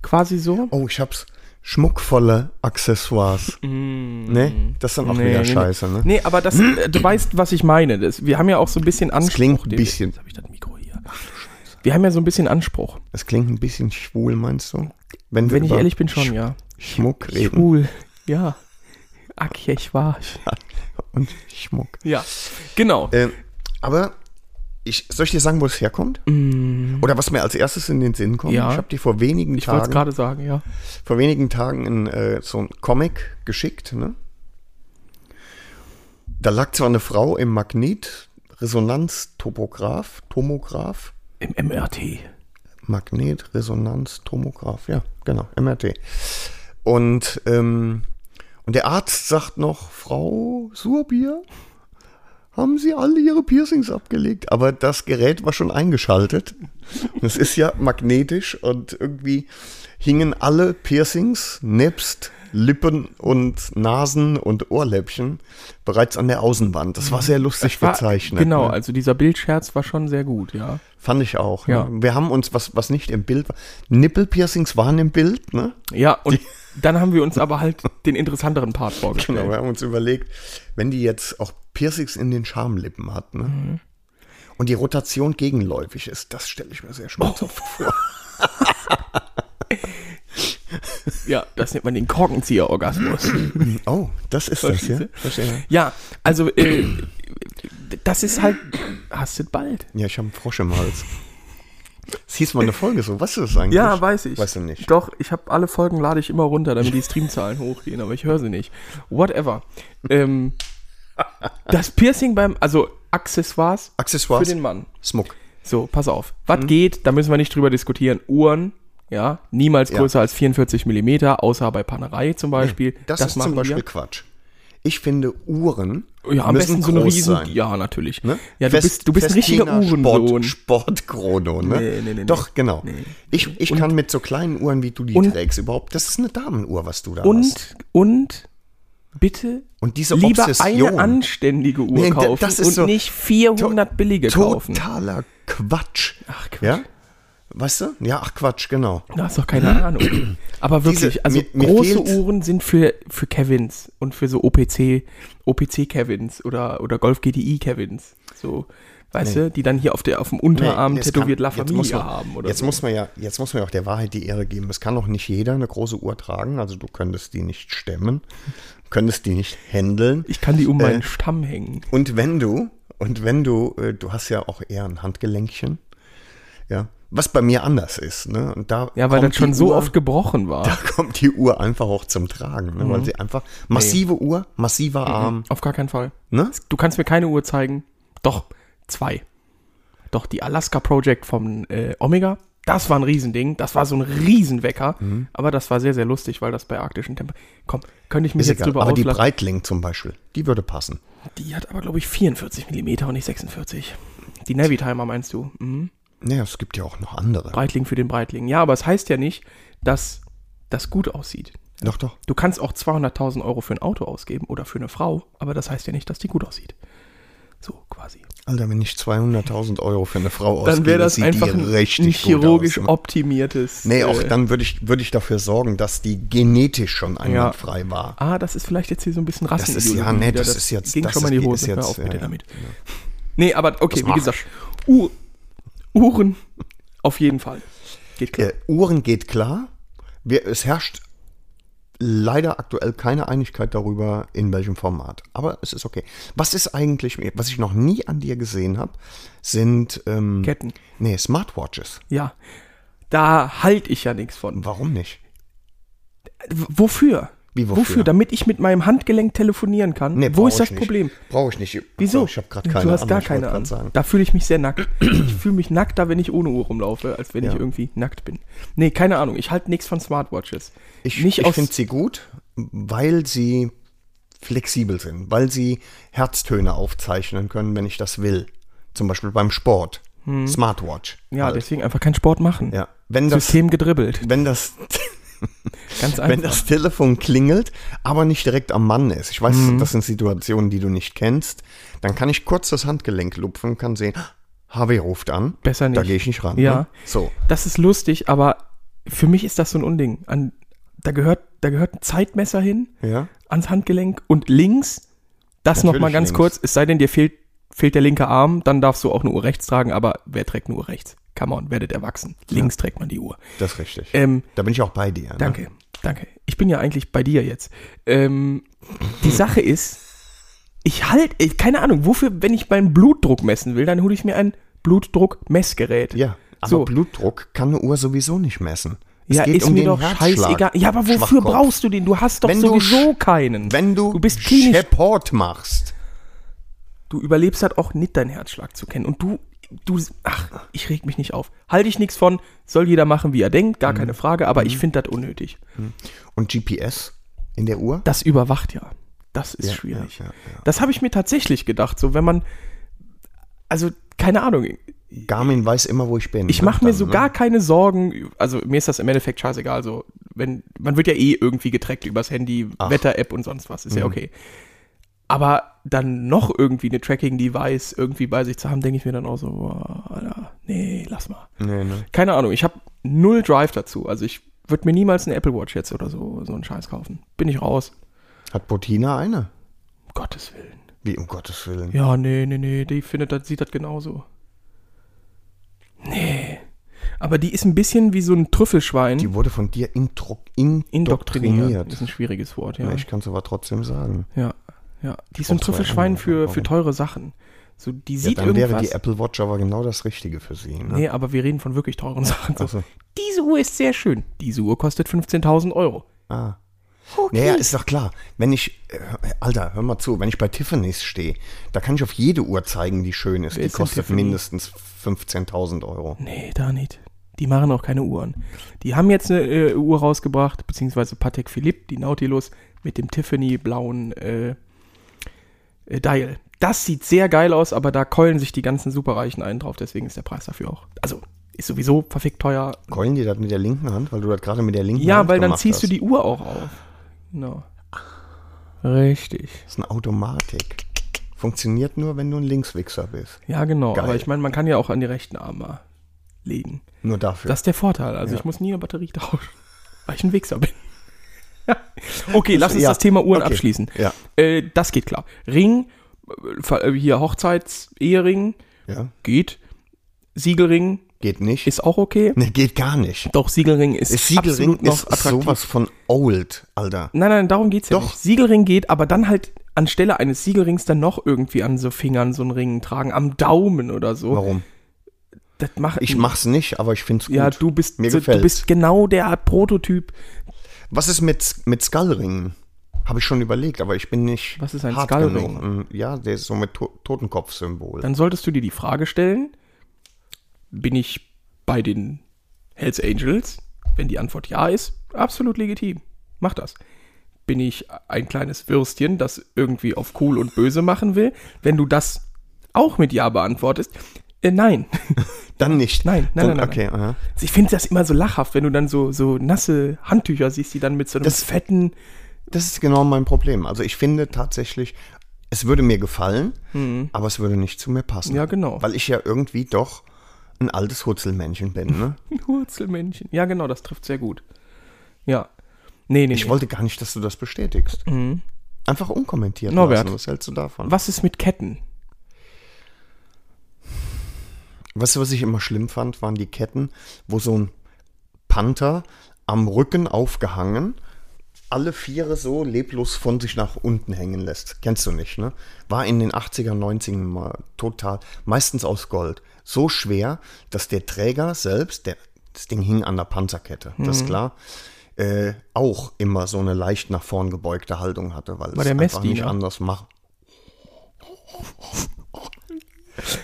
Quasi so.
Mhm. oh, ich hab's. Schmuckvolle Accessoires. Ne? Das ist dann auch
Mm. Nee,
wieder
nee,
scheiße, ne?
Nee, aber das, äh, du weißt, was ich meine. Das, wir haben ja auch so ein bisschen Anspruch.
klingt ein
den-
bisschen-
Jetzt habe ich das Mikro hier. Wir haben ja so ein bisschen Anspruch.
Das klingt ein bisschen schwul, meinst du? Wenn, wir
Wenn ich
über
ehrlich bin, schon,
Sch-
ja.
Schmuck reden
Schwul. Ja. Akech war.
und Schmuck.
Ja, genau.
Ähm, aber ich, soll ich dir sagen, wo es herkommt? Oder was mir als erstes in den Sinn kommt?
Mm. Ja.
Ich habe dir vor wenigen
ich wollte es
Tagen,
gerade sagen, ja.
vor wenigen Tagen in, äh, so ein Comic geschickt. Ne? Da lag zwar eine Frau im Magnet, Resonanztopograph, Tomograph,
Im MRT.
Magnetresonanztomograph, ja, genau, MRT. Und, ähm, und der Arzt sagt noch, Frau Surbier, haben Sie alle Ihre Piercings abgelegt? Aber das Gerät war schon eingeschaltet. Und Es ist ja magnetisch und irgendwie hingen alle Piercings, nebst Lippen und Nasen und Ohrläppchen bereits an der Außenwand. Das war sehr lustig bezeichnet.
Genau,
ne?
also dieser Bildscherz war schon sehr gut, ja.
Fand ich auch.
Ja.
Ne? Wir haben uns, was, was nicht im Bild war, Nippelpiercings waren im Bild, ne?
Ja, und dann haben wir uns aber halt den interessanteren Part vorgestellt.
Genau, wir haben uns überlegt, wenn die jetzt auch Piercings in den Schamlippen hat, ne?
Mhm.
Und die Rotation gegenläufig ist, das stelle ich mir sehr schmerzhaft
Oh.
vor.
Ja, das nennt man den Korkenzieher-Orgasmus.
Oh, das ist das, ja? Verstehe.
ja, also äh, das ist halt, hast du bald.
Ja, ich habe einen Frosch im Hals. Das hieß mal eine Folge so, weißt du das eigentlich?
Ja, weiß ich.
Weißt du nicht.
Doch, ich habe alle Folgen lade ich immer runter, damit die Streamzahlen hochgehen, aber ich höre sie nicht. Whatever. Ähm, das Piercing beim, also Accessoires
Accessoires,
für den Mann.
Smuck.
So, pass auf. Was geht, da müssen wir nicht drüber diskutieren. Uhren, ja, niemals größer als 44 Millimeter, außer bei Panerei zum Beispiel.
Das, ist zum
machen wir.
Beispiel Quatsch. Ich finde, Uhren
Ja, am besten so eine
groß
riesen.
sein.
Ja, natürlich.
Ne?
Ja, du
Fest-
bist, du bist ein richtiger
Festiner
Uhrensohn.
Sport, Sportchrono, ne?
Nee, nee, nee,
Doch,
nee.
genau. Ich, ich kann mit so kleinen Uhren, wie du die
Und-
trägst, überhaupt, das ist eine Damenuhr, was du da hast.
Und, und bitte
Und diese
lieber
Obsession.
eine anständige Uhr
Nee, da-
kaufen
das ist
und
so-
nicht 400 billige kaufen.
Totaler Quatsch.
Ach, Quatsch.
Ja? Weißt du? Ja, ach Quatsch, genau.
Du hast doch keine Ahnung. Aber wirklich,
Diese-
also
mir- mir
große
fehlt's-
Uhren sind für, für Kevins und für so OPC, OPC Kevins oder, oder Golf GTI Kevins. So, weißt du, die dann hier auf, der, auf dem Unterarm
Nee, es
tätowiert
kann-
La
jetzt muss
Familia
man-
haben oder
jetzt
so.
muss man ja jetzt muss man ja auch der Wahrheit die Ehre geben es kann auch nicht jeder eine große Uhr tragen also du könntest die nicht stemmen könntest die nicht handeln
Ich kann die um meinen
Äh,
Stamm hängen.
und wenn du und wenn du äh, du hast ja auch eher ein Handgelenkchen ja was bei mir anders ist ne und da
Ja, weil
kommt
das schon
die
so
Uhr,
oft gebrochen war.
da kommt die Uhr einfach auch zum Tragen ne?
Mhm.
weil sie einfach massive Uhr massiver Arm
Auf gar keinen Fall.
ne
Du kannst mir keine Uhr zeigen. Doch, zwei. Doch, die Alaska Project vom äh, Omega, das war ein Riesending. Das war so ein Riesenwecker.
Mhm.
Aber das war sehr, sehr lustig, weil das bei arktischen Temper. Komm, könnte ich mich
ist
jetzt
egal
drüber
aber die
auslassen.
Breitling zum Beispiel die würde passen
Die, hat aber, glaube ich, 44 mm und nicht 46. Die Navy Timer meinst du? Mhm.
naja, es gibt ja auch noch andere.
Breitling für den Breitling. Ja, aber es heißt ja nicht, dass das gut aussieht.
Doch, doch.
Du kannst auch 200.000 Euro für ein Auto ausgeben oder für eine Frau, aber das heißt ja nicht, dass die gut aussieht. So quasi.
Alter, wenn ich 200.000 Euro für eine Frau ausgebe,
dann wäre das
sieht
einfach
die
ein, ein
richtig gut
chirurgisch
aus, ne?
optimiertes.
Nee, auch
äh,
dann würde ich, würde ich dafür sorgen, dass die genetisch schon einwandfrei war.
Ah, das ist vielleicht jetzt hier so ein bisschen Rassen.
ist ja- nee, das ist jetzt-
Ging
das
schon mal in die
ist-
Hose.
ist jetzt- äh,
Hör auf bitte
ja,
damit. Nee, aber okay,
Das
wie
mach
gesagt, Uhr, Uhren auf jeden Fall. Geht klar.
Äh, Uhren geht klar. Wir, es herrscht leider aktuell keine Einigkeit darüber, in welchem Format. Aber es ist okay. Was ist eigentlich, was ich noch nie an dir gesehen habe, sind ähm,
Ketten.
Nee, Smartwatches.
Ja. Da halte ich ja nichts von.
Warum nicht?
W- Wofür?
Wie wofür?
Damit ich mit meinem Handgelenk telefonieren kann?
Nee,
Wo
brauch
ist das
ich nicht.
Problem?
Brauche ich nicht.
Wieso?
Ich habe gerade keine
Du hast
an,
gar
ich wollte
keine
grad
an.
Sagen.
Da fühle ich mich sehr nackt. Ich fühle mich nackter, wenn ich ohne Uhr rumlaufe, als wenn
Ja.
ich irgendwie nackt bin. Nee, keine Ahnung. Ich halte nichts von Smartwatches.
Ich,
Nicht
ich
aus-
finde sie gut, weil sie flexibel sind, weil sie Herztöne aufzeichnen können, wenn ich das will. Zum Beispiel beim Sport. Smartwatch.
Hm. Ja,
halt.
deswegen einfach keinen Sport machen.
ja. Wenn das,
System gedribbelt.
wenn das,
Ganz einfach.
wenn das Telefon klingelt, aber nicht direkt am Mann ist. Ich weiß,
Mhm.
das sind Situationen, die du nicht kennst. Dann kann ich kurz das Handgelenk lupfen, kann sehen, HW ruft an.
Besser
Da
nicht.
gehe ich nicht ran.
Ja.
Ne? So.
Das ist lustig, aber für mich ist das so ein Unding. An, da, gehört, da gehört ein Zeitmesser hin,
Ja.
ans Handgelenk und links, das
Natürlich
nochmal ganz
links.
kurz, es sei denn, dir fehlt, fehlt der linke Arm, dann darfst du auch eine Uhr rechts tragen, aber wer trägt eine Uhr rechts? Come on, werdet erwachsen. Links trägt man die Uhr.
Das ist richtig.
Ähm,
da bin ich auch bei dir. Ne?
Danke, danke. Ich bin ja eigentlich bei dir jetzt. Ähm, die Sache ist, ich halt, ich, keine Ahnung, wofür, wenn ich meinen Blutdruck messen will, dann hole ich mir ein Blutdruckmessgerät.
Ja, aber
So.
Blutdruck kann eine Uhr sowieso nicht messen. Es
Ja,
geht
ist
um
mir
den
doch
Herzschlag.
scheißegal. Ja, aber wofür
Schwachkopf.
brauchst du den? Du hast doch
Wenn du
sowieso
sch-
keinen.
Wenn du,
du bist klinisch
Support machst.
du überlebst halt auch nicht deinen Herzschlag zu kennen. Und du, du, ach, ich reg mich nicht auf. Halte ich nichts von, soll jeder machen, wie er denkt,
Mhm.
gar keine Frage, aber ich finde das unnötig.
Und GPS in der Uhr?
Das überwacht ja. Das ist
Ja,
schwierig.
ja, ja,
Das habe ich mir tatsächlich gedacht, so wenn man, also keine Ahnung,
Garmin weiß immer, wo ich bin.
ich
ne?
mache mir
Dann,
so
ne?
gar keine Sorgen, also mir ist das im Endeffekt scheißegal, so wenn, man wird ja eh irgendwie getrackt übers Handy, Wetter-App und sonst was, ist
Mhm.
ja okay. Aber dann noch irgendwie eine Tracking-Device irgendwie bei sich zu haben, denke ich mir dann auch so, boah, Alter, nee, lass mal.
Nee, ne? nee.
Keine Ahnung, ich habe null Drive dazu, also ich würde mir niemals eine Apple Watch jetzt oder so, so einen Scheiß kaufen. Bin ich raus,
Hat Botina eine?
um Gottes Willen.
Wie um Gottes Willen.
Ja, nee, nee, nee, die findet das, sieht das genauso. Nee. Aber die ist ein bisschen wie so ein Trüffelschwein.
Die wurde von dir indro
Hm? indoktriniert.
indoktriniert.
Ist ein schwieriges Wort, ja.
Ja. Ich kann es aber trotzdem sagen.
ja, ja. Die ist so ein
brauch zwei
Trüffelschwein
andere,
für,
warum?
für teure Sachen. So, die
Ja,
sieht
dann
irgendwas.
wäre die Apple Watch aber genau das Richtige für sie. Ne? Also,
nee, aber wir reden von wirklich teuren Sachen. So,
Ach so.
Diese Uhr ist sehr schön. Diese Uhr kostet 15.000 Euro.
Ah. Naja, ist doch klar. Wenn ich, äh, Alter, hör mal zu, wenn ich bei Tiffany's stehe, da kann ich auf jede Uhr zeigen, die schön ist.
Wer
die
ist denn
kostet
Tiffany?
mindestens 15.000 Euro.
Nee, da nicht. Die machen auch keine Uhren. Die haben jetzt eine äh, Uhr rausgebracht, beziehungsweise Patek Philippe, die Nautilus, mit dem Tiffany-blauen äh, äh, Dial. Das sieht sehr geil aus, aber da keulen sich die ganzen Superreichen einen drauf, deswegen ist der Preis dafür auch. Also, ist sowieso verfickt teuer.
Keulen die das mit der linken Hand, weil du das gerade mit der linken
Ja,
Hand
weil dann
gemacht
ziehst du
hast?
die Uhr auch auf. Genau. Richtig.
Das ist eine Automatik. Funktioniert nur, wenn du ein Linkswichser bist.
Ja, genau.
Geil.
Aber ich meine, man kann ja auch an die rechten Arme mal legen.
Nur dafür.
Das ist der Vorteil. Also ich muss nie eine Batterie tauschen, weil ich ein Wichser bin. okay, lass uns
ja.
das Thema Uhren
Okay.
abschließen.
Ja.
Äh, das geht klar. Ring, äh, Ver- äh, hier Hochzeits-Ehering,
ja.
geht. Siegelring
Geht nicht.
ist auch okay.
nee, geht gar nicht.
Doch, Siegelring ist,
Das Siegelring
absolut noch
ist
attraktiv.
sowas von old, Alter.
Nein, nein, darum geht's ja
Doch.
nicht. Siegelring geht, aber dann halt anstelle eines Siegelrings dann noch irgendwie an so Fingern so einen Ring tragen, am Daumen oder so.
Warum?
Das macht
Ich mach's nicht, aber ich find's gut.
ja, du bist
Mir
so, du
gefällt's.
bist genau der Prototyp.
Was ist mit, mit Skullringen? Habe ich schon überlegt, aber ich bin nicht.
Was ist ein
hart
Skullring?
genug. Ähm, Ja, der ist so mit to Totenkopfsymbol.
Dann solltest du dir die Frage stellen, bin ich bei den Hells Angels? Wenn die Antwort ja ist, absolut legitim. Mach das. Bin ich ein kleines Würstchen, das irgendwie auf cool und böse machen will? Wenn du das auch mit ja beantwortest, äh, nein.
Dann nicht.
Nein, nein,
dann,
nein, nein,
Okay, aha.
Ich finde das immer so lachhaft, wenn du dann so, so nasse Handtücher siehst, die dann mit so einem
Das-
fetten.
Das ist genau mein Problem. Also ich finde tatsächlich, es würde mir gefallen, aber es würde nicht zu mir passen.
Hm. Ja, genau.
Weil ich ja irgendwie doch ein altes Hutzelmännchen bin, ne?
Wurzelmännchen. Ja, genau, das trifft sehr gut. Ja. Nee, nee.
Ich
nee.
wollte gar nicht, dass du das bestätigst. Einfach unkommentiert
Hm. Norbert.
lassen. Was hältst du davon?
Was ist mit Ketten?
Weißt du, was ich immer schlimm fand, waren die Ketten, wo so ein Panther am Rücken aufgehangen, alle Viere so leblos von sich nach unten hängen lässt. Kennst du nicht, ne? War in den 80er, 90ern mal total, meistens aus Gold. So schwer, dass der Träger selbst, der, das Ding hing an der Panzerkette, das ist klar, äh, auch immer so eine leicht nach vorn gebeugte Haltung hatte, weil
der
einfach nicht
Messdiener.
anders macht.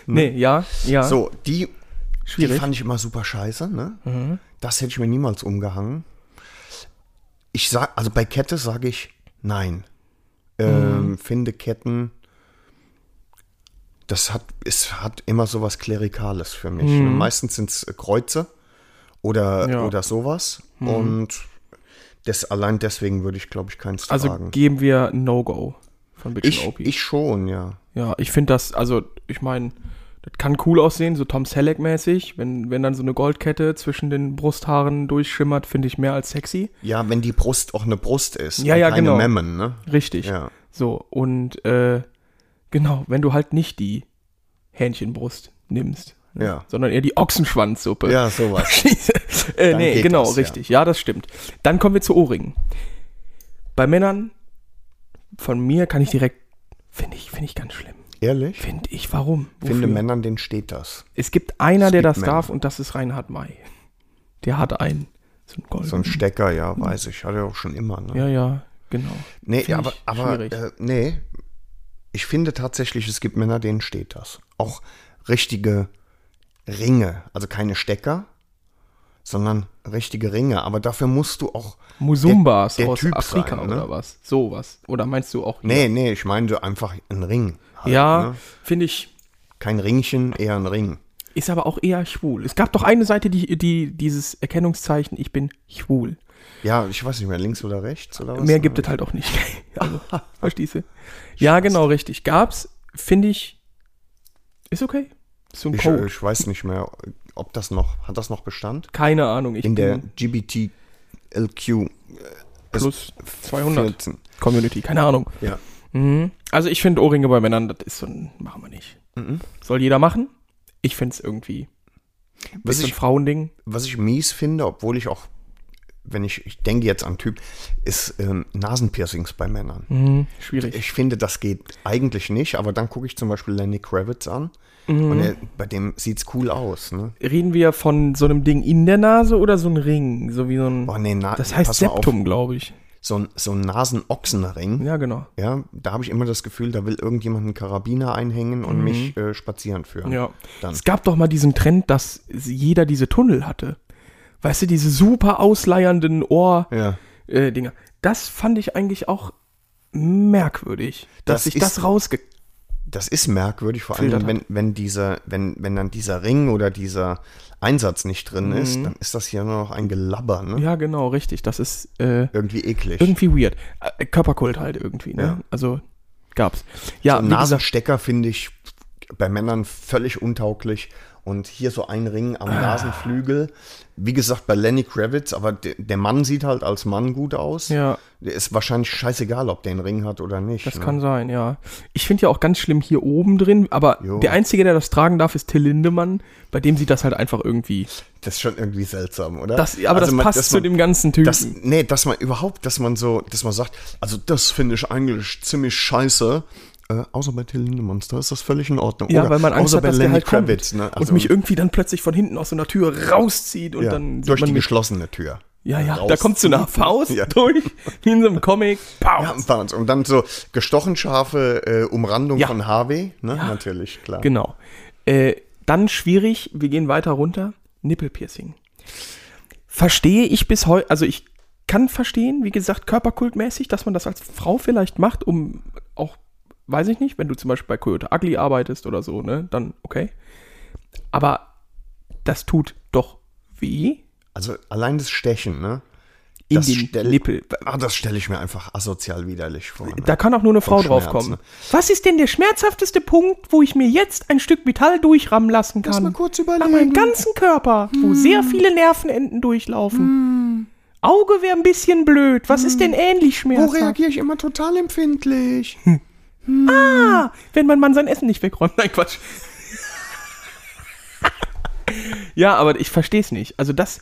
Nee, ja, ja.
Hm. So, die, die
Schwierig. Mhm.
fand ich immer super scheiße, ne? Das hätte ich mir niemals umgehangen. Ich sag, also bei Kette sage ich nein. Ähm,
Mhm.
Finde Ketten, das hat, es hat immer sowas Klerikales für mich. Ne? Meistens sind es Kreuze oder,
Mhm. Ja. Mhm.
oder sowas. Und das, allein deswegen würde ich, glaube ich, keins
Also
tragen.
geben wir No-Go von Bitch
Ich,
and OP.
ich schon, ja.
ja, ich finde das, also ich meine, das kann cool aussehen, so Tom Selleck-mäßig. Wenn, wenn dann so eine Goldkette zwischen den Brusthaaren durchschimmert, finde ich mehr als sexy.
Ja, wenn die Brust auch eine Brust ist.
Ja,
und
ja,
keine
genau.
Memmen, ne?
Richtig.
Ja.
So, und äh, genau, wenn du halt nicht die Hähnchenbrust nimmst, ne?
Ja.
sondern eher die Ochsenschwanzsuppe.
Ja, sowas.
äh,
Dann
nee,
geht
genau,
das, ja.
richtig. Ja. das stimmt. Dann kommen wir zu Ohrringen. Bei Männern, von mir kann ich direkt, finde ich, finde ich ganz schlimm.
Ehrlich?
Finde ich, warum?
finde
Wofür?
Männern, denen steht das.
Es gibt einer,
Es
der
gibt
das
Männer.
darf und das ist Reinhard May. Der hat einen. So einen Gold.
So ein Stecker, ja, weiß ich. Hatte ich auch schon immer. Ne?
Mhm. ja, ja, genau.
nee,
find
aber,
ich
aber
schwierig.
äh, nee. Ich finde tatsächlich, es gibt Männer, denen steht das. Auch richtige Ringe. Also keine Stecker, sondern richtige Ringe. Aber dafür musst du auch.
Musumbas
der
aus
Typ
Afrika
sein, ne?
oder was? Sowas. Oder meinst du auch?
Nee, nee, ich meine so einfach einen Ring. halt,
ja,
Ne?
finde ich.
Kein Ringchen, eher ein Ring.
Ist aber auch eher schwul. Es gab doch eine Seite, die, die dieses Erkennungszeichen, ich bin schwul.
Ja, ich weiß nicht mehr, links oder rechts oder was? ne?
Mehr gibt es halt auch nicht. also, verstehst du? Ja, genau, richtig. Gab's, finde ich, ist okay. Ist so ein
ich, äh,
Code.
ich weiß nicht mehr, ob das noch, hat das noch Bestand?
Keine Ahnung. Ich
In der
bin
GBTLQ
plus 200
14.
Community. Keine Ahnung.
Ja.
Mhm. Also ich finde Ohrringe bei Männern, das ist so ein, machen wir nicht.
Mhm.
Soll jeder machen? Ich finde es irgendwie
Was
ist so ein
ich,
Frauending.
was ich mies finde, obwohl ich auch, wenn ich, ich denke jetzt an Typ, ist ähm, Nasenpiercings bei Männern.
Mhm. Schwierig.
Ich finde, das geht eigentlich nicht, aber dann gucke ich zum Beispiel Lenny Kravitz an
Mhm.
und er, bei dem sieht's cool aus. Ne?
Reden wir von so einem Ding in der Nase oder so ein Ring? So wie so ein.
Boah, nee, na,
das heißt
pass mal auf.
Septum, glaube ich.
so ein, so ein Nasenochsenring.
Ja, genau.
Ja, da habe ich immer das Gefühl, da will irgendjemand einen Karabiner einhängen und mich äh, spazieren führen.
Mhm. Ja.
Dann.
Es gab doch mal diesen Trend, dass jeder diese Tunnel hatte. Weißt du, diese super ausleiernden Ohr,
Ja.
äh, Dinger. Das fand ich eigentlich auch merkwürdig, dass
Das
sich
ist-
das rausge...
Das ist merkwürdig, vor
Filtert
allem, wenn, wenn, dieser, wenn, wenn dann dieser Ring oder dieser Einsatz nicht drin ist, dann ist das hier nur noch ein Gelabber, ne?
Mhm. Ja, genau, richtig. Das ist äh,
Irgendwie eklig.
irgendwie weird. Äh, Körperkult halt irgendwie, ne?
Ja.
Also, gab's. Ja, wie gesagt,
Nasenstecker finde ich bei Männern völlig untauglich. Und hier so ein Ring
Ah.
am Nasenflügel. Wie gesagt, bei Lenny Kravitz, aber de, der Mann sieht halt als Mann gut aus.
Ja.
Der ist wahrscheinlich scheißegal, ob der einen Ring hat oder nicht.
das
ne?
kann sein, ja. Ich finde ja auch ganz schlimm hier oben drin, aber
Jo.
der Einzige, der das tragen darf, ist Till Lindemann. Bei dem sieht das halt einfach irgendwie...
Das ist schon irgendwie seltsam, oder?
Das, aber
Also
das
man-
passt
dass
zu
man-
dem ganzen Typen.
Dass, nee, dass man überhaupt, dass man so, dass man sagt, also das finde ich eigentlich ziemlich scheiße. Äh, außer bei Till Lindemanns, da ist das völlig in Ordnung.
Ja,
Oder
weil man Angst
außer
hat,
bei
dass
Lenny
der halt
Kravitz,
kommt
ne?
und
Also,
mich irgendwie dann plötzlich von hinten aus so einer Tür rauszieht und
ja,
dann sieht
durch die
man mich,
geschlossene Tür.
ja, ja, da
Raus.
kommt so eine Faust
Ja.
durch, wie in so einem Comic, pow.
Ja, Wahnsinn. Und dann so gestochen scharfe äh, Umrandung
Ja.
von Harvey, ne? Natürlich, klar.
Genau. Äh, dann schwierig, wir gehen weiter runter, Nippelpiercing. Verstehe ich bis heute, also ich kann verstehen, wie gesagt, körperkultmäßig, dass man das als Frau vielleicht macht, um auch, weiß ich nicht, wenn du zum Beispiel bei Coyote Ugly arbeitest oder so, ne, dann okay. Aber das tut doch weh.
Also allein das Stechen, ne?
in
Das
den
stell-
Nippel.
Ah, das stelle ich mir einfach asozial widerlich vor. Ne?
Da kann auch nur eine Frau
Schmerz,
draufkommen.
ne?
Was ist denn der schmerzhafteste Punkt, wo ich mir jetzt ein Stück Metall durchrammen lassen kann?
mal kurz
An meinem
überlegen. Hm.
ganzen Körper, wo sehr viele Nervenenden durchlaufen. Auge wäre ein bisschen blöd. Was ist denn ähnlich
Hm. Wo
schmerzhaft?
reagiere ich immer total empfindlich?
Ah, wenn mein Mann sein Essen nicht wegräumt. Nein, Quatsch. ja, aber ich verstehe es nicht. Also das,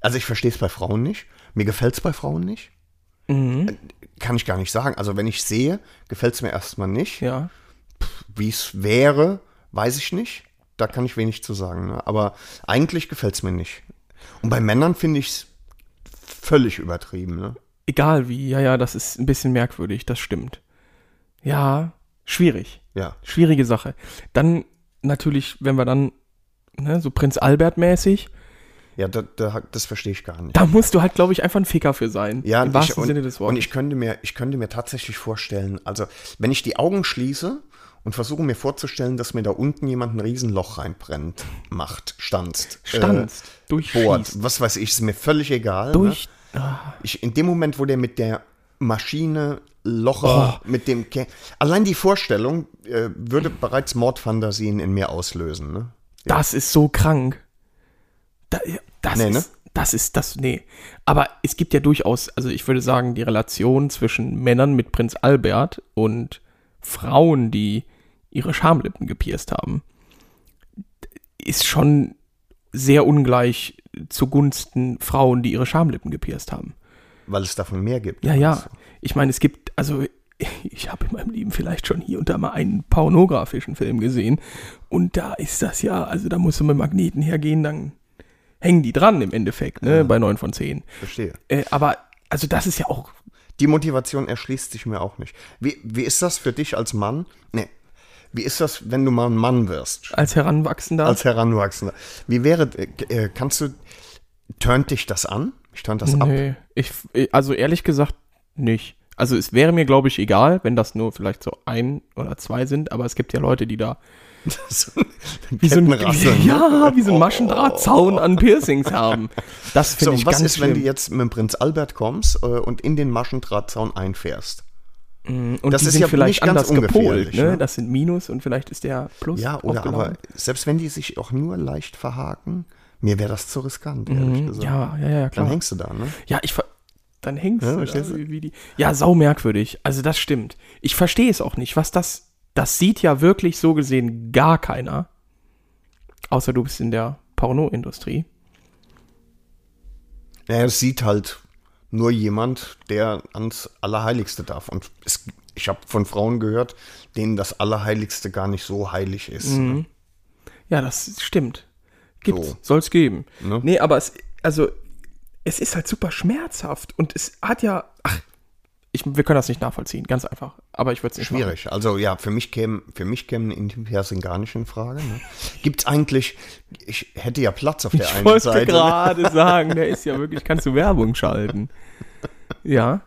Also ich verstehe es bei Frauen nicht. Mir gefällt es bei Frauen nicht. Äh, Kann ich gar nicht sagen. Also wenn ich sehe, gefällt es mir erstmal nicht.
ja.
Wie es wäre, weiß ich nicht. Da kann ich wenig zu sagen. Ne? Aber eigentlich gefällt es mir nicht. Und bei Männern finde ich es völlig übertrieben. Ne?
Egal wie, ja, ja, das ist ein bisschen merkwürdig, das stimmt. Ja, schwierig.
Ja.
Schwierige Sache. Dann natürlich, wenn wir dann, ne, so Prinz Albert-mäßig,
Ja, da, da, das verstehe ich gar nicht.
da musst du halt, glaube ich, einfach ein Ficker für sein.
Ja,
im
und
wahrsten
ich, und,
Sinne des Wortes.
Und ich könnte, mir, ich könnte mir tatsächlich vorstellen, also wenn ich die Augen schließe und versuche mir vorzustellen, dass mir da unten jemand ein Riesenloch reinbrennt, macht, stanzt.
Stanzt, durchschießt.
äh, Bohrt, ne? was weiß ich, ist mir völlig egal.
Durch,
Ne? Ich, in dem Moment, wo der mit der Maschine Locher
Oh.
mit dem Ke Allein die Vorstellung äh, würde bereits Mordfantasien in mir auslösen. Ne?
das ist so krank. Da, das
Nee,
ist, das ist, das, nee. Aber es gibt ja durchaus, also ich würde sagen, die Relation zwischen Männern mit Prinz Albert und Frauen, die ihre Schamlippen gepierst haben, ist schon sehr ungleich zugunsten Frauen, die ihre Schamlippen gepierst haben.
Weil es davon mehr gibt.
Ja, ja. Ich meine, es gibt, also ich habe in meinem Leben vielleicht schon hier und da mal einen pornografischen Film gesehen. Und da ist das ja, also da musst du mit Magneten hergehen, dann hängen die dran im Endeffekt, ne, bei 9 von 10.
Verstehe.
Äh, aber, also das ist ja auch,
Die Motivation erschließt sich mir auch nicht. Wie, wie ist das für dich als Mann? Nee. Wie ist das, wenn du mal ein Mann wirst,
als Heranwachsender,
als Heranwachsender? Wie wäre, äh, kannst du, turnt dich das an? Ich turnt das ab.
nee, ich, also ehrlich gesagt, nicht. Also es wäre mir, glaube ich, egal, wenn das nur vielleicht so ein oder zwei sind, aber es gibt ja Leute, die da
So
wie so, ein,
Kettenrasseln, ne?
ja, wie so ein Maschendrahtzaun an Piercings haben. Das finde
So,
ich
und was
ganz
ist, wenn
schlimm.
du jetzt mit dem Prinz Albert kommst äh, und in den Maschendrahtzaun einfährst?
Und
Das
die
ist
sind
ja nicht
vielleicht
ganz
anders gepolt.
ungefährlich,
Ne?
ne?
Das sind Minus und vielleicht ist der Plus.
Ja, oder aber
aufgeladen.
selbst wenn die sich auch nur leicht verhaken, mir wäre das zu riskant, ehrlich gesagt.
Mhm. Ja, ja, ja,
Dann
klar.
hängst du da, ne?
Ja, ich ver dann hängst
Ja,
du.
verstehst
Da,
du?
wie, wie die ja, sau merkwürdig. Also das stimmt. Ich verstehe es auch nicht, was das. Das sieht ja wirklich so gesehen gar keiner. Außer du bist in der Pornoindustrie.
Naja, es sieht halt nur jemand, der ans Allerheiligste darf. Und es, ich habe von Frauen gehört, denen das Allerheiligste gar nicht so heilig ist.
Mhm. Ja, das stimmt. Gibt's.
So.
Soll's geben.
Ne?
Nee, aber es, also es ist halt super schmerzhaft und es hat ja, ach, ich, wir können das nicht nachvollziehen, ganz einfach. Aber ich würde es nicht machen.
Schwierig. Also ja, für mich käme für mich käme ein Intim-Piercing gar nicht in Frage. Ne? Gibt's eigentlich? Ich hätte ja Platz auf der
Ich
einen
wollte
Seite. ne?
gerade sagen, der ist ja wirklich, kannst du Werbung schalten. Ja,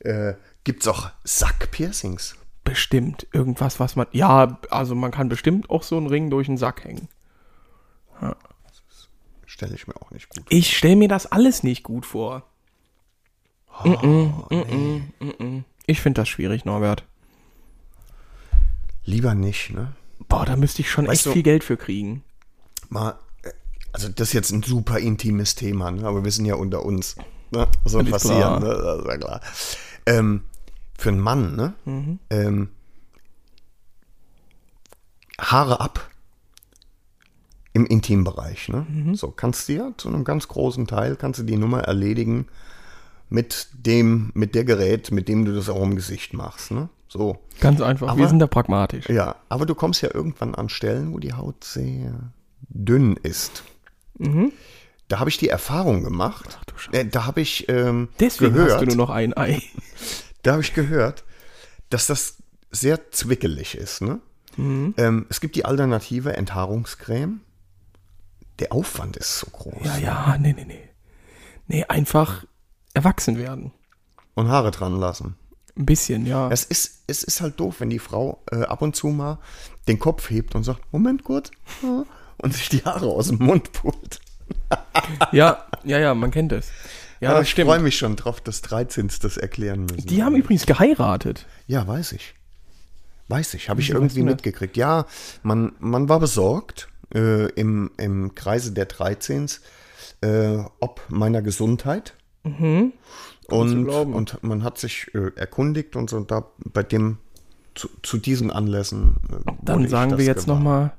Äh, gibt's auch Sack-Piercings?
bestimmt irgendwas, was man, ja, also man kann bestimmt auch so einen Ring durch den Sack hängen.
Stelle ich mir auch nicht gut.
Ich stelle mir das alles nicht gut vor.
Oh,
Mm -mm, mm -mm, mm -mm. Ich finde das schwierig, Norbert.
Lieber nicht. Ne?
Boah, da müsste ich schon
Weißt
echt
du-
viel Geld für kriegen.
Mal, äh, also das ist jetzt ein super intimes Thema, ne? aber wir sind ja unter uns. Ne? So ein
Alles
passieren,
klar.
ne? das ist ja klar. Ähm, für einen Mann, ne?
Mhm.
Ähm, Haare ab im Intimbereich, ne?
Mhm.
So kannst du ja zu einem ganz großen Teil kannst du die Nummer erledigen mit dem, mit der Gerät, mit dem du das auch im Gesicht machst, ne? So.
Ganz einfach.
Aber-
wir sind da pragmatisch.
Ja, aber du kommst ja irgendwann an Stellen, wo die Haut sehr dünn ist. Da habe ich die Erfahrung gemacht.
Mhm. du Scheiße.
äh, da habe ich ähm,
Deswegen
gehört,
hast du nur noch ein Ei.
da habe ich gehört, dass das sehr zwickelig ist. Ne?
Mhm.
Ähm, es gibt die alternative Enthaarungscreme. Der Aufwand ist so groß
Ja, ja, nee, nee, nee. Nee, einfach erwachsen werden.
und Haare dran lassen.
Ein bisschen, ja.
Es ist, es ist halt doof, wenn die Frau äh, ab und zu mal den Kopf hebt und sagt, Moment kurz, ja, und sich die Haare aus dem Mund pult.
Ja, ja, ja, man kennt es. Ja,
Aber
das
ich Äh, freue
stimmt.
mich schon drauf, dass 13 das erklären müssen.
Die haben übrigens geheiratet.
ja, weiß ich. Weiß ich, habe ich
Wie weißt
irgendwie
du das?
mitgekriegt. Ja, man, man war besorgt äh, im, im Kreise der 13 äh, ob meiner Gesundheit.
Mhm.
Und,
glauben.
und man hat sich äh, erkundigt und so und da bei dem zu, zu diesen Anlässen. Äh, wurde
Dann
ich
sagen
das
wir jetzt
gewahr.
nochmal.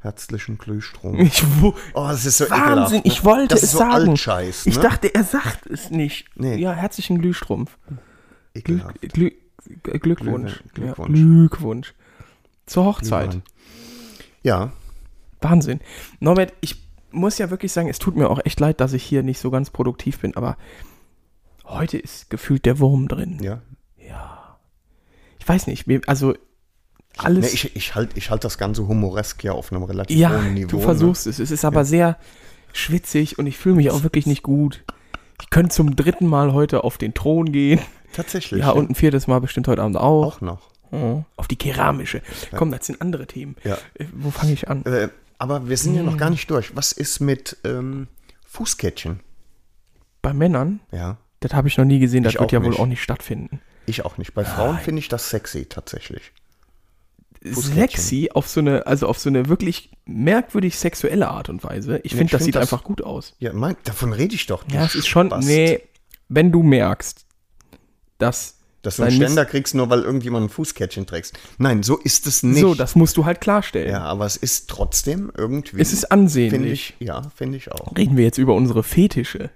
Herzlichen Glühstrom.
Ich, wo,
Oh, das ist so ekelhaft,
Wahnsinn,
ne?
ich wollte
das ist
es
so
sagen.
Altscheiß, ne?
Ich dachte, er sagt es nicht.
Nee.
Ja, herzlichen Glühstrumpf. Glü
Ekelhaft.
Glü Glückwunsch.
Glühwein- Glückwunsch.
Ja, Glückwunsch. Zur Hochzeit.
Glühwein. Ja,
Wahnsinn. Norbert, ich muss ja wirklich sagen, es tut mir auch echt leid, dass ich hier nicht so ganz produktiv bin, aber heute ist gefühlt der Wurm drin.
ja.
Ich weiß nicht, mir- also alles.
Nee, ich ich halte ich halt das Ganze humoresk ja auf einem relativ
ja,
hohen Niveau. ne?
du versuchst es. Es ist aber sehr schwitzig und ich fühle mich auch wirklich nicht gut. Ich könnte zum dritten Mal heute auf den Thron gehen.
Ne? Tatsächlich.
Ja, und ein viertes Mal bestimmt heute Abend auch.
auch noch.
Mhm. Auf die keramische. Komm, das sind andere Themen.
Ja.
Äh, Wo fange ich an?
Äh, aber wir sind
Mm.
ja noch gar nicht durch. Was ist mit ähm, Fußkettchen?
Bei Männern,
Ja.
das habe ich noch nie gesehen, das
Ich
wird
auch
ja wohl
nicht.
auch nicht stattfinden.
Ich auch nicht. Bei Frauen finde ich das sexy tatsächlich. Fußkettchen.
Sexy auf so eine, also auf so eine wirklich merkwürdig sexuelle Art und Weise. Ich
Nee,
finde,
ich
das
find
sieht
das-
einfach gut aus.
Ja, mein, davon rede ich doch. du
Ja, es ist schon,
Spast.
nee, wenn du merkst, dass,
Dass du einen
dein Mist-
Ständer kriegst, nur weil irgendjemand ein Fußkettchen trägst. Nein, so ist es nicht.
so, das musst du halt klarstellen.
ja, aber es ist trotzdem irgendwie.
Es ist ansehnlich.
Finde ich, ja, finde ich auch.
Reden wir jetzt über unsere Fetische?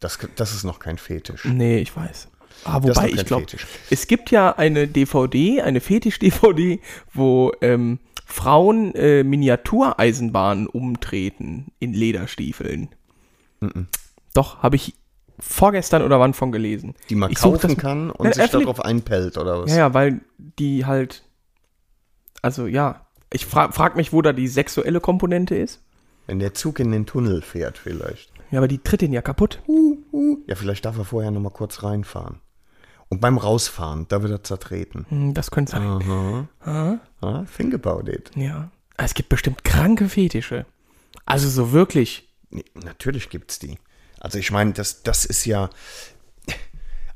Das, das ist noch kein Fetisch.
Nee, ich weiß. Ah,
Das ist
wobei
doch kein
ich glaube,
Fetisch.
es gibt ja eine DVD, eine Fetisch-DVD, wo ähm, Frauen äh, Miniatureisenbahnen umtreten in Lederstiefeln.
Mhm.
Doch, habe ich vorgestern oder wann von gelesen.
Die man
Ich such
kaufen
das-
kann und
Nein,
sich
öffne-
darauf einpellt oder was?
Ja, ja, weil die halt, also ja, ich fra frag mich, wo da die sexuelle Komponente ist.
Wenn der Zug in den Tunnel fährt, vielleicht.
Ja, aber die tritt den ja kaputt.
Uh. Ja, vielleicht darf er vorher nochmal kurz reinfahren. Und beim Rausfahren, da wird er zertreten.
Hm, Das könnte sein.
Ah, think about it.
Ja. Aber Es gibt bestimmt kranke Fetische. Also so wirklich.
Nee, natürlich gibt's die. Also ich meine, das, das ist ja.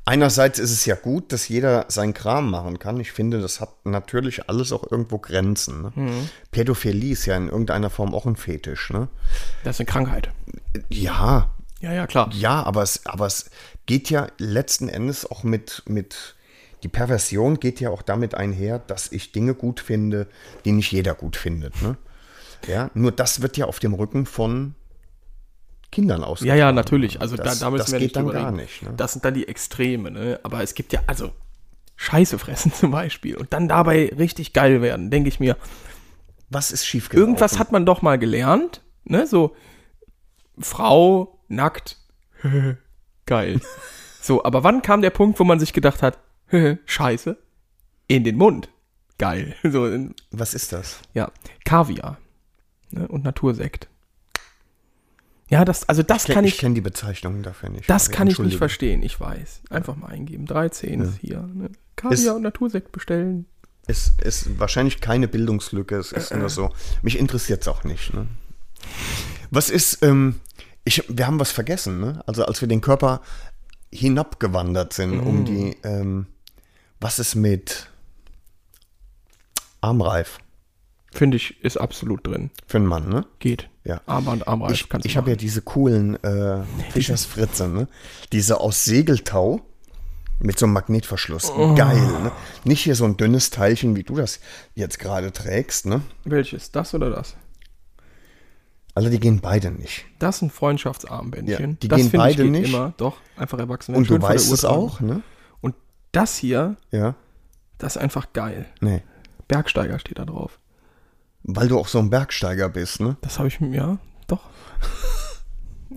Einerseits ist es ja gut, dass jeder seinen Kram machen kann. Ich finde, das hat natürlich alles auch irgendwo Grenzen. Ne? Pädophilie ist ja in irgendeiner Form auch ein Fetisch. Ne?
Das ist eine Krankheit.
Ja,
Ja, ja, klar.
Ja, aber es, aber es geht ja letzten Endes auch mit, mit, die Perversion geht ja auch damit einher, dass ich Dinge gut finde, die nicht jeder gut findet. Ne? Ja, nur das wird ja auf dem Rücken von Kindern
Ja,
ausgetragen.
ja, natürlich. Also
das,
da, da müssen
das
wir
geht
nicht
dann
drüber
gar
reden.
nicht. Ne?
Das sind dann die Extreme, ne? Aber es gibt ja, also Scheiße fressen zum Beispiel und dann dabei richtig geil werden, denke ich mir.
Was ist schiefgelaufen?
Irgendwas hat man doch mal gelernt, ne? So Frau nackt. Geil. So, aber wann kam der Punkt, wo man sich gedacht hat, scheiße, in den Mund. Geil. So, in-
Was ist das?
ja. Kaviar. Ne? Und Natursekt. Ja, das, also das kann ich,
kenne die Bezeichnungen dafür nicht.
das
Fabi,
kann ich nicht
entschuldige.
verstehen, ich weiß. Einfach mal eingeben. 13 ist hier. Ne? Kaviar
Ist-
und Natursekt bestellen.
Es ist wahrscheinlich keine Bildungslücke, es ist nur so. Mich interessiert es auch nicht. Ne? Was ist, ähm, ich, wir haben was vergessen, ne? Also als wir den Körper hinabgewandert sind, um die, ähm, was ist mit Armreif
Finde ich, ist absolut drin.
für einen Mann, ne?
Geht.
Ja.
Armband, Armreif.
Ich,
kannst du
ich habe ja
Ah, machen.
diese coolen äh, Fischers Fritze, ne? Diese aus Segeltau mit so einem Magnetverschluss. Geil, ne? Nicht hier so ein dünnes Teilchen, wie du das jetzt gerade trägst, ne?
Welches? Das oder das?
Also die gehen beide nicht.
Das sind Freundschaftsarmbändchen.
Ja, die
das
gehen
finde
beide
geht
nicht.
Immer. Doch, einfach Erwachsene.
Und
schön
du
vor der
weißt
Uhr
es
tragen.
auch, ne?
Und das hier,
Ja.
das ist einfach geil.
Nee.
Bergsteiger steht da drauf.
Weil du auch so ein Bergsteiger bist, ne?
Das habe ich mir, ja, doch.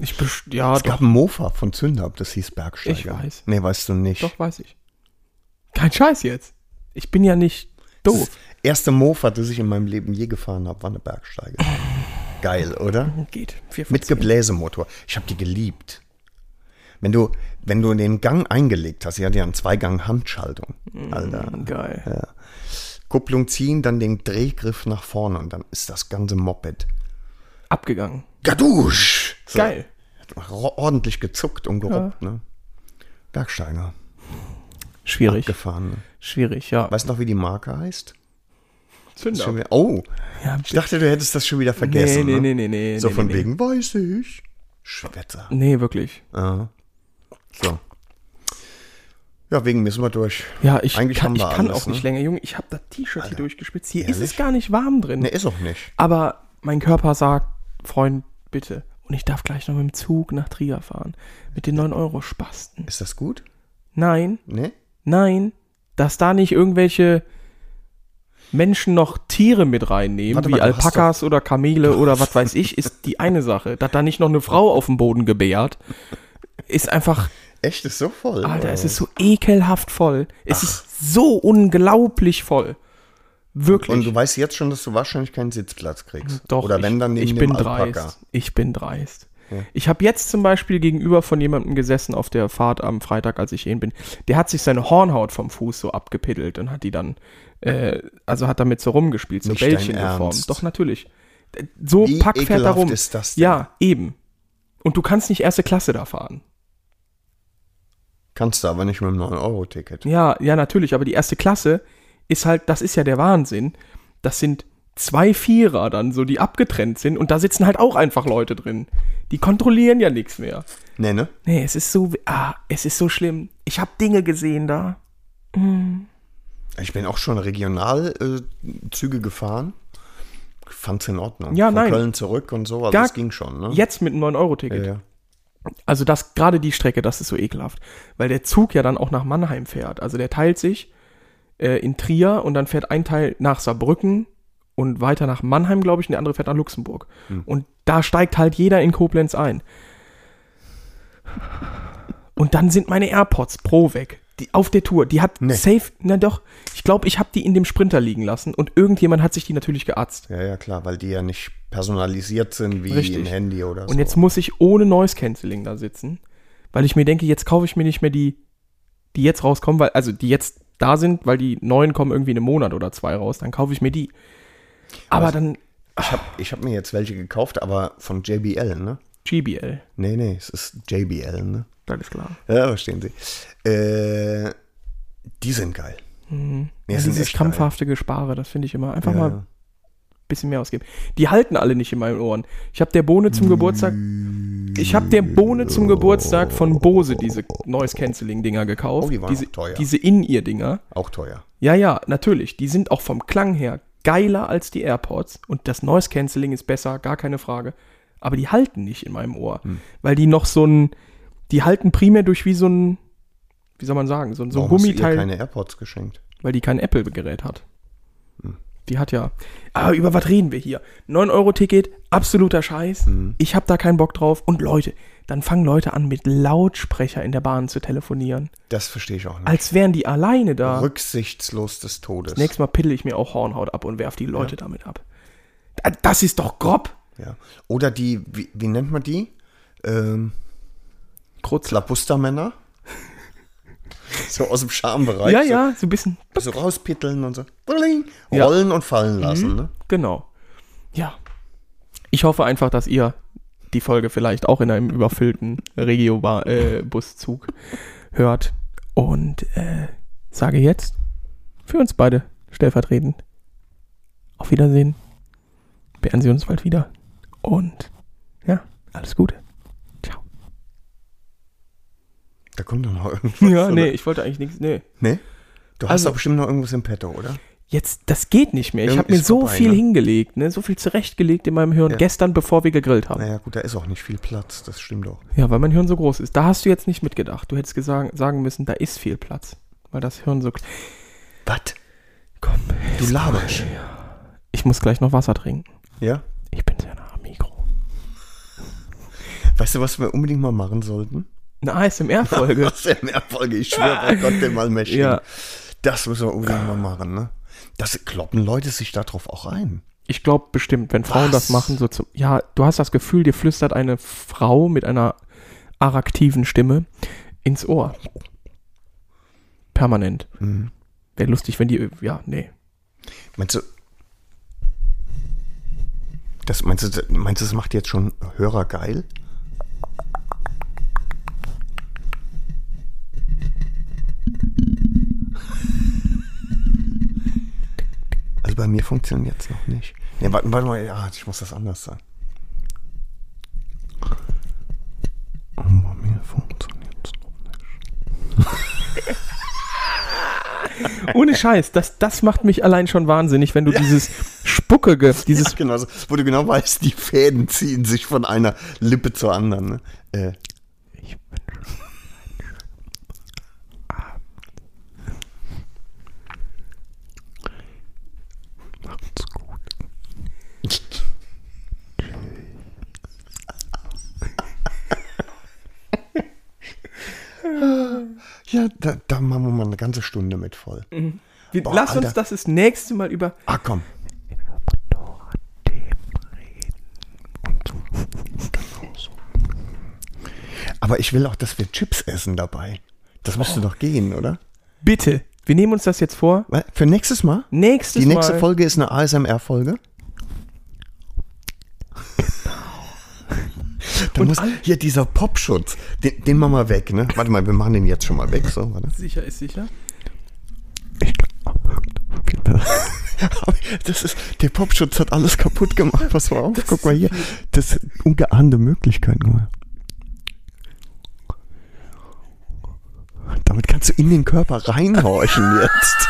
Ich best ja,
Es
doch,
gab ein Mofa von Zündab, das hieß Bergsteiger.
Ich weiß.
Nee, weißt du nicht.
doch, weiß ich. Kein Scheiß jetzt. Ich bin ja nicht
Das
doof.
erste Mofa, das ich in meinem Leben je gefahren habe, war eine Bergsteiger. Geil, oder?
Geht. Vier von
Mit
zehn.
Gebläsemotor. Ich habe die geliebt. Wenn du, wenn du den Gang eingelegt hast, ich hatte ja einen Zweigang-Handschaltung, Alter.
Geil.
Kupplung ziehen, dann den Drehgriff nach vorne und dann ist das ganze Moped.
Abgegangen.
Gadusch! So,
Geil.
hat ro- Ordentlich gezuckt und gerobbt, ne? Bergsteiger.
Schwierig.
Gefahren. Ne?
Schwierig, ja.
Weißt du noch, wie die Marke heißt? Ist schon
Zünder.
wieder- Oh,
Ja,
ich dachte, du hättest das schon wieder vergessen.
nee,
ne?
nee, nee, nee,
So
nee,
von
nee.
wegen, weiß ich. Schwätzer.
Nee, wirklich.
Ja. So. Ja, wegen müssen wir durch.
Ja, ich
Eigentlich
kann,
haben
ich
wir
kann
alles,
auch nicht
ne?
länger. Junge, ich habe das T-Shirt hier durchgespitzt. Hier ist
ehrlich?
es gar nicht warm drin.
Ne, ist auch nicht.
Aber mein Körper sagt, Freund, bitte. Und ich darf gleich noch mit dem Zug nach Trier fahren. Mit den 9-Euro-Spasten.
Ist das gut?
Nein,
Ne?
nein, dass da nicht irgendwelche Menschen noch Tiere mit reinnehmen,
Warte
wie
mal, du hast
Alpakas oder Kamele oder was weiß ich, ist die eine Sache. Dass da nicht noch eine Frau auf dem Boden gebärt, ist einfach,
Echt, ist so voll.
Alter, es ist so
Äh.
ekelhaft voll. Es ist so unglaublich voll. Wirklich.
Und du weißt jetzt schon, dass du wahrscheinlich keinen Sitzplatz kriegst.
Doch,
Oder wenn,
ich,
dann neben
ich
dem
bin
Alpaka.
dreist. Ich bin dreist. Ich habe jetzt zum Beispiel gegenüber von jemandem gesessen auf der Fahrt am Freitag, als ich hin bin. Der hat sich seine Hornhaut vom Fuß so abgepiddelt und hat die dann, äh, also hat damit so rumgespielt, so
Nicht dein
Bällchen geformt.
Ernst.
Doch, natürlich. So
Wie
Pack fährt da
ekelhaft
rum.
ist das denn?
ja, eben. Und du kannst nicht erste Klasse da fahren.
Kannst du aber nicht mit einem 9-Euro-Ticket.
Ja, ja, natürlich, aber die erste Klasse ist halt, das ist ja der Wahnsinn. Das sind zwei Vierer dann so, die abgetrennt sind und da sitzen halt auch einfach Leute drin. Die kontrollieren ja nichts mehr.
Nee, ne?
Nee, es ist so, ah, es ist so schlimm. Ich habe Dinge gesehen da.
Ich bin auch schon Regionalzüge gefahren. Fand's in Ordnung.
Ja,
Von
nein.
Köln zurück und so, also
Gar-
das ging schon, ne?
Jetzt mit einem 9-Euro-Ticket.
Ja.
Also das, gerade die Strecke, das ist so ekelhaft. Weil der Zug ja dann auch nach Mannheim fährt. Also der teilt sich äh, in Trier und dann fährt ein Teil nach Saarbrücken und weiter nach Mannheim, glaube ich, und der andere fährt nach Luxemburg. Und da steigt halt jeder in Koblenz ein. Und dann sind meine AirPods Pro weg. Die auf der Tour. Die hat
Nee.
safe, na doch, ich glaube, ich habe die in dem Sprinter liegen lassen und irgendjemand hat sich die natürlich geatzt.
ja, ja, klar, weil die ja nicht personalisiert sind wie
Richtig.
im Handy oder so.
Und jetzt muss ich ohne Noise Cancelling da sitzen, weil ich mir denke, jetzt kaufe ich mir nicht mehr die, die jetzt rauskommen, weil, also die jetzt da sind, weil die neuen kommen irgendwie in einem Monat oder zwei raus, dann kaufe ich mir die. Aber dann
ich hab, ich hab mir jetzt welche gekauft, aber von JBL, ne?
GBL,
Nee, nee, es ist JBL, ne?
das ist klar.
Ja, verstehen Sie. Äh, die sind geil. Nee,
Mhm. Ja,
sind
dieses
echt geil.
krampfhafte Gespare, das finde ich immer einfach mal
Ja.
ein bisschen mehr ausgeben. Die halten alle nicht in meinen Ohren. Ich habe der Bohne zum Geburtstag, ich habe der Bohne zum Geburtstag von Bose diese Noise Cancelling Dinger gekauft.
Oh, die waren
diese,
auch teuer.
Diese In-Ear Dinger.
Auch teuer.
Ja, ja, natürlich. Die sind auch vom Klang her geiler als die AirPods und das Noise Cancelling ist besser, gar keine Frage. Aber die halten nicht in meinem Ohr,
Hm.
weil die noch so ein, die halten primär durch wie so ein, wie soll man sagen, so ein, so ein
Warum hast du ihr
Gummiteil,
keine AirPods geschenkt? Hm.
weil die kein Apple-Gerät hat. Die hat ja. Aber über was reden wir hier? 9-Euro-Ticket, absoluter Scheiß.
Hm.
Ich hab da keinen Bock drauf. Und Leute, dann fangen Leute an, mit Lautsprecher in der Bahn zu telefonieren.
Das verstehe ich auch nicht.
Als wären die alleine da.
Rücksichtslos des Todes.
Nächstes Mal piddel ich mir auch Hornhaut ab und werf die Leute damit ab. Da- Das ist doch grob.
Ja. Oder die, wie, wie nennt man die? Ähm,
Krutz.
Klabustermänner? so aus dem Schambereich.
Ja, ja, so ein bisschen.
So, so rauspitteln und so. Bling,
Ja. Mhm.
Rollen und fallen lassen. Ne?
Genau. Ja. Ich hoffe einfach, dass ihr die Folge vielleicht auch in einem überfüllten Regio-Buszug hört. Und äh, sage jetzt für uns beide stellvertretend auf Wiedersehen. Wir sehen uns bald wieder. Und ja, alles Gute. Ciao.
Da kommt doch noch irgendwas.
Ja,
oder?
nee, ich wollte eigentlich nichts. Nee.
Nee? Du hast
Also-
doch bestimmt noch irgendwas im Petto, oder?
Jetzt, das geht nicht mehr. Ich
Irgend-
habe mir
ist
so
vorbei,
viel
ne?
hingelegt, ne? so viel zurechtgelegt in meinem Hirn
Ja.
gestern, bevor wir gegrillt haben.
Naja, gut, da ist auch nicht viel Platz. Das stimmt auch.
Ja, weil mein Hirn so groß ist. Da hast du jetzt nicht mitgedacht. Du hättest gesagt, sagen müssen, da ist viel Platz. Weil das Hirn so.
Was?
Komm,
Du laberst.
ich muss gleich noch Wasser trinken.
Ja?
Ich bin sehr nah am Mikro.
Weißt du, was wir unbedingt mal machen sollten?
Eine ASMR-Folge.
Was der Mehrfolge, ich schwöre bei Gott, dem Allmächtigen.
Ja.
Das müssen wir unbedingt mal machen, ne? Das kloppen Leute sich darauf auch ein.
Ich glaube bestimmt, wenn Frauen
Was?
das machen, so zu. Ja, du hast das Gefühl, dir flüstert eine Frau mit einer araktiven Stimme ins Ohr. Permanent.
Mhm.
Wäre lustig, wenn die. Ja, nee.
Meinst du, das, meinst, du, meinst du, das macht jetzt schon Hörer geil? Also bei mir funktioniert es noch nicht. Ja, warte, warte mal, ja, ich muss das anders sagen. Oh, bei mir funktioniert es noch
Ohne Scheiß, das, das macht mich allein schon wahnsinnig, wenn du dieses Spucke, ge- dieses
Ach, genau so, wo du genau weißt, die Fäden ziehen sich von einer Lippe zur anderen. Ne? Äh, ja, da, da machen wir mal eine ganze Stunde mit voll.
Wir,
Boah,
lass uns
Alter.
das das nächste Mal über.
Ah, komm. Aber ich will auch, dass wir Chips essen dabei. Das müsste doch gehen, oder?
Bitte, wir nehmen uns das jetzt vor.
Weil Für nächstes Mal?
Nächstes
Die nächste
Mal.
Folge ist eine ASMR-Folge. Da muss hier dieser Popschutz, den, den machen wir weg, ne? Warte mal, wir machen den jetzt schon mal weg, so, warte.
Sicher ist sicher.
Das ist, der Popschutz hat alles kaputt gemacht. Pass mal auf, guck mal hier. Das sind ungeahnte Möglichkeiten. Guck mal. Damit kannst du in den Körper reinhorchen jetzt.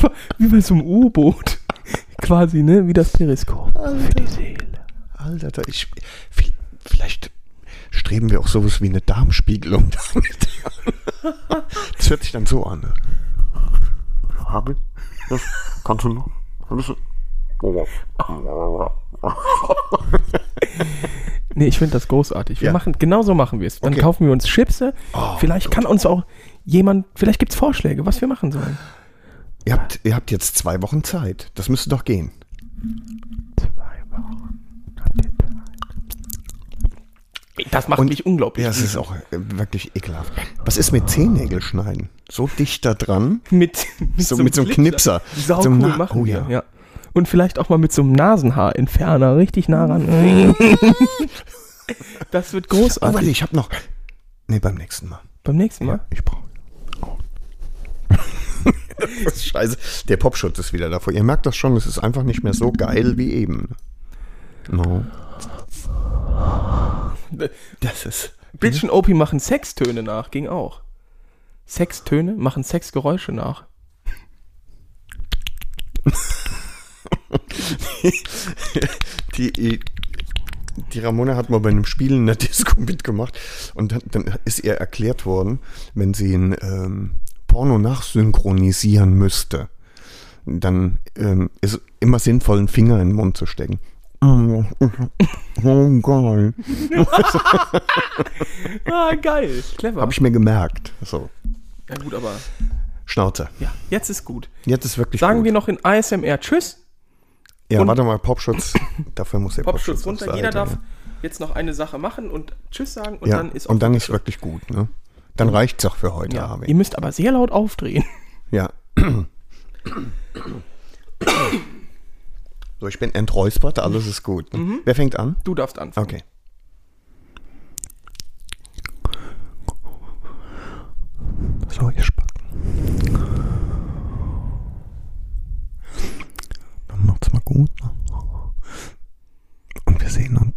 Qua- Wie bei so einem U-Boot. Quasi, ne? Wie das Periskop. Für die Seele.
Alter, da ich, vi- vielleicht streben wir auch sowas wie eine Darmspiegelung damit an. Das hört sich dann so an. ne? Habe das kannst du noch.
Nee, ich finde das großartig. Wir
Ja.
machen, genau so machen wir es. Dann
Okay. Oh,
kaufen wir uns Chipse. vielleicht kann uns auch jemand, vielleicht gibt es Vorschläge, was wir machen sollen.
Ihr habt, ihr habt jetzt zwei Wochen Zeit. Das müsste doch gehen.
Das macht mich unglaublich.
Ja, es ist auch äh, wirklich ekelhaft. Was ist mit Zehennägel schneiden? So dicht da dran?
Mit, mit
So, mit so einem Knipser.
Sau
so einem
cool
Na-
machen
oh,
wir.
ja.
Ja. Und vielleicht auch mal mit so einem Nasenhaarentferner richtig nah ran. das wird
Oh,
großartig.
warte, ich hab noch. Nee, beim nächsten Mal.
Beim nächsten Mal.
Ich brauche. Scheiße, der Popschutz ist wieder davor. Ihr merkt das schon, es ist einfach nicht mehr so geil wie eben. No. Das ist.
Bitch und Opie machen Sextöne nach, ging auch. Sextöne machen Sexgeräusche nach.
Die, die Ramona hat mal bei einem Spiel in der Disco mitgemacht und dann, dann ist ihr erklärt worden, wenn sie ein ähm, Porno nachsynchronisieren müsste, dann ähm, ist immer sinnvoll, einen Finger in den Mund zu stecken. Oh, geil.
Ah, geil. Clever.
Habe ich mir gemerkt. So,
ja, gut, aber
Schnauze.
ja, jetzt ist gut.
Jetzt ist wirklich
Sagen
gut.
wir noch in ASMR Tschüss.
Ja,
Und-
warte mal, Popschutz. Dafür muss der
Popschutz
auf
runter.
Seite,
Jeder darf
ja.
jetzt noch eine Sache machen und Tschüss sagen und
Ja,
dann ist
und dann ist wirklich gut, ne? Dann reicht's auch für heute,
ja. Ihr
Harvey.
müsst aber sehr laut aufdrehen.
Ja. so, ich bin enträuspert, alles ist gut. Ne? Wer fängt an?
Du darfst anfangen.
Okay. So, ihr Spacken. Dann macht's mal gut. Ne? Und wir sehen uns.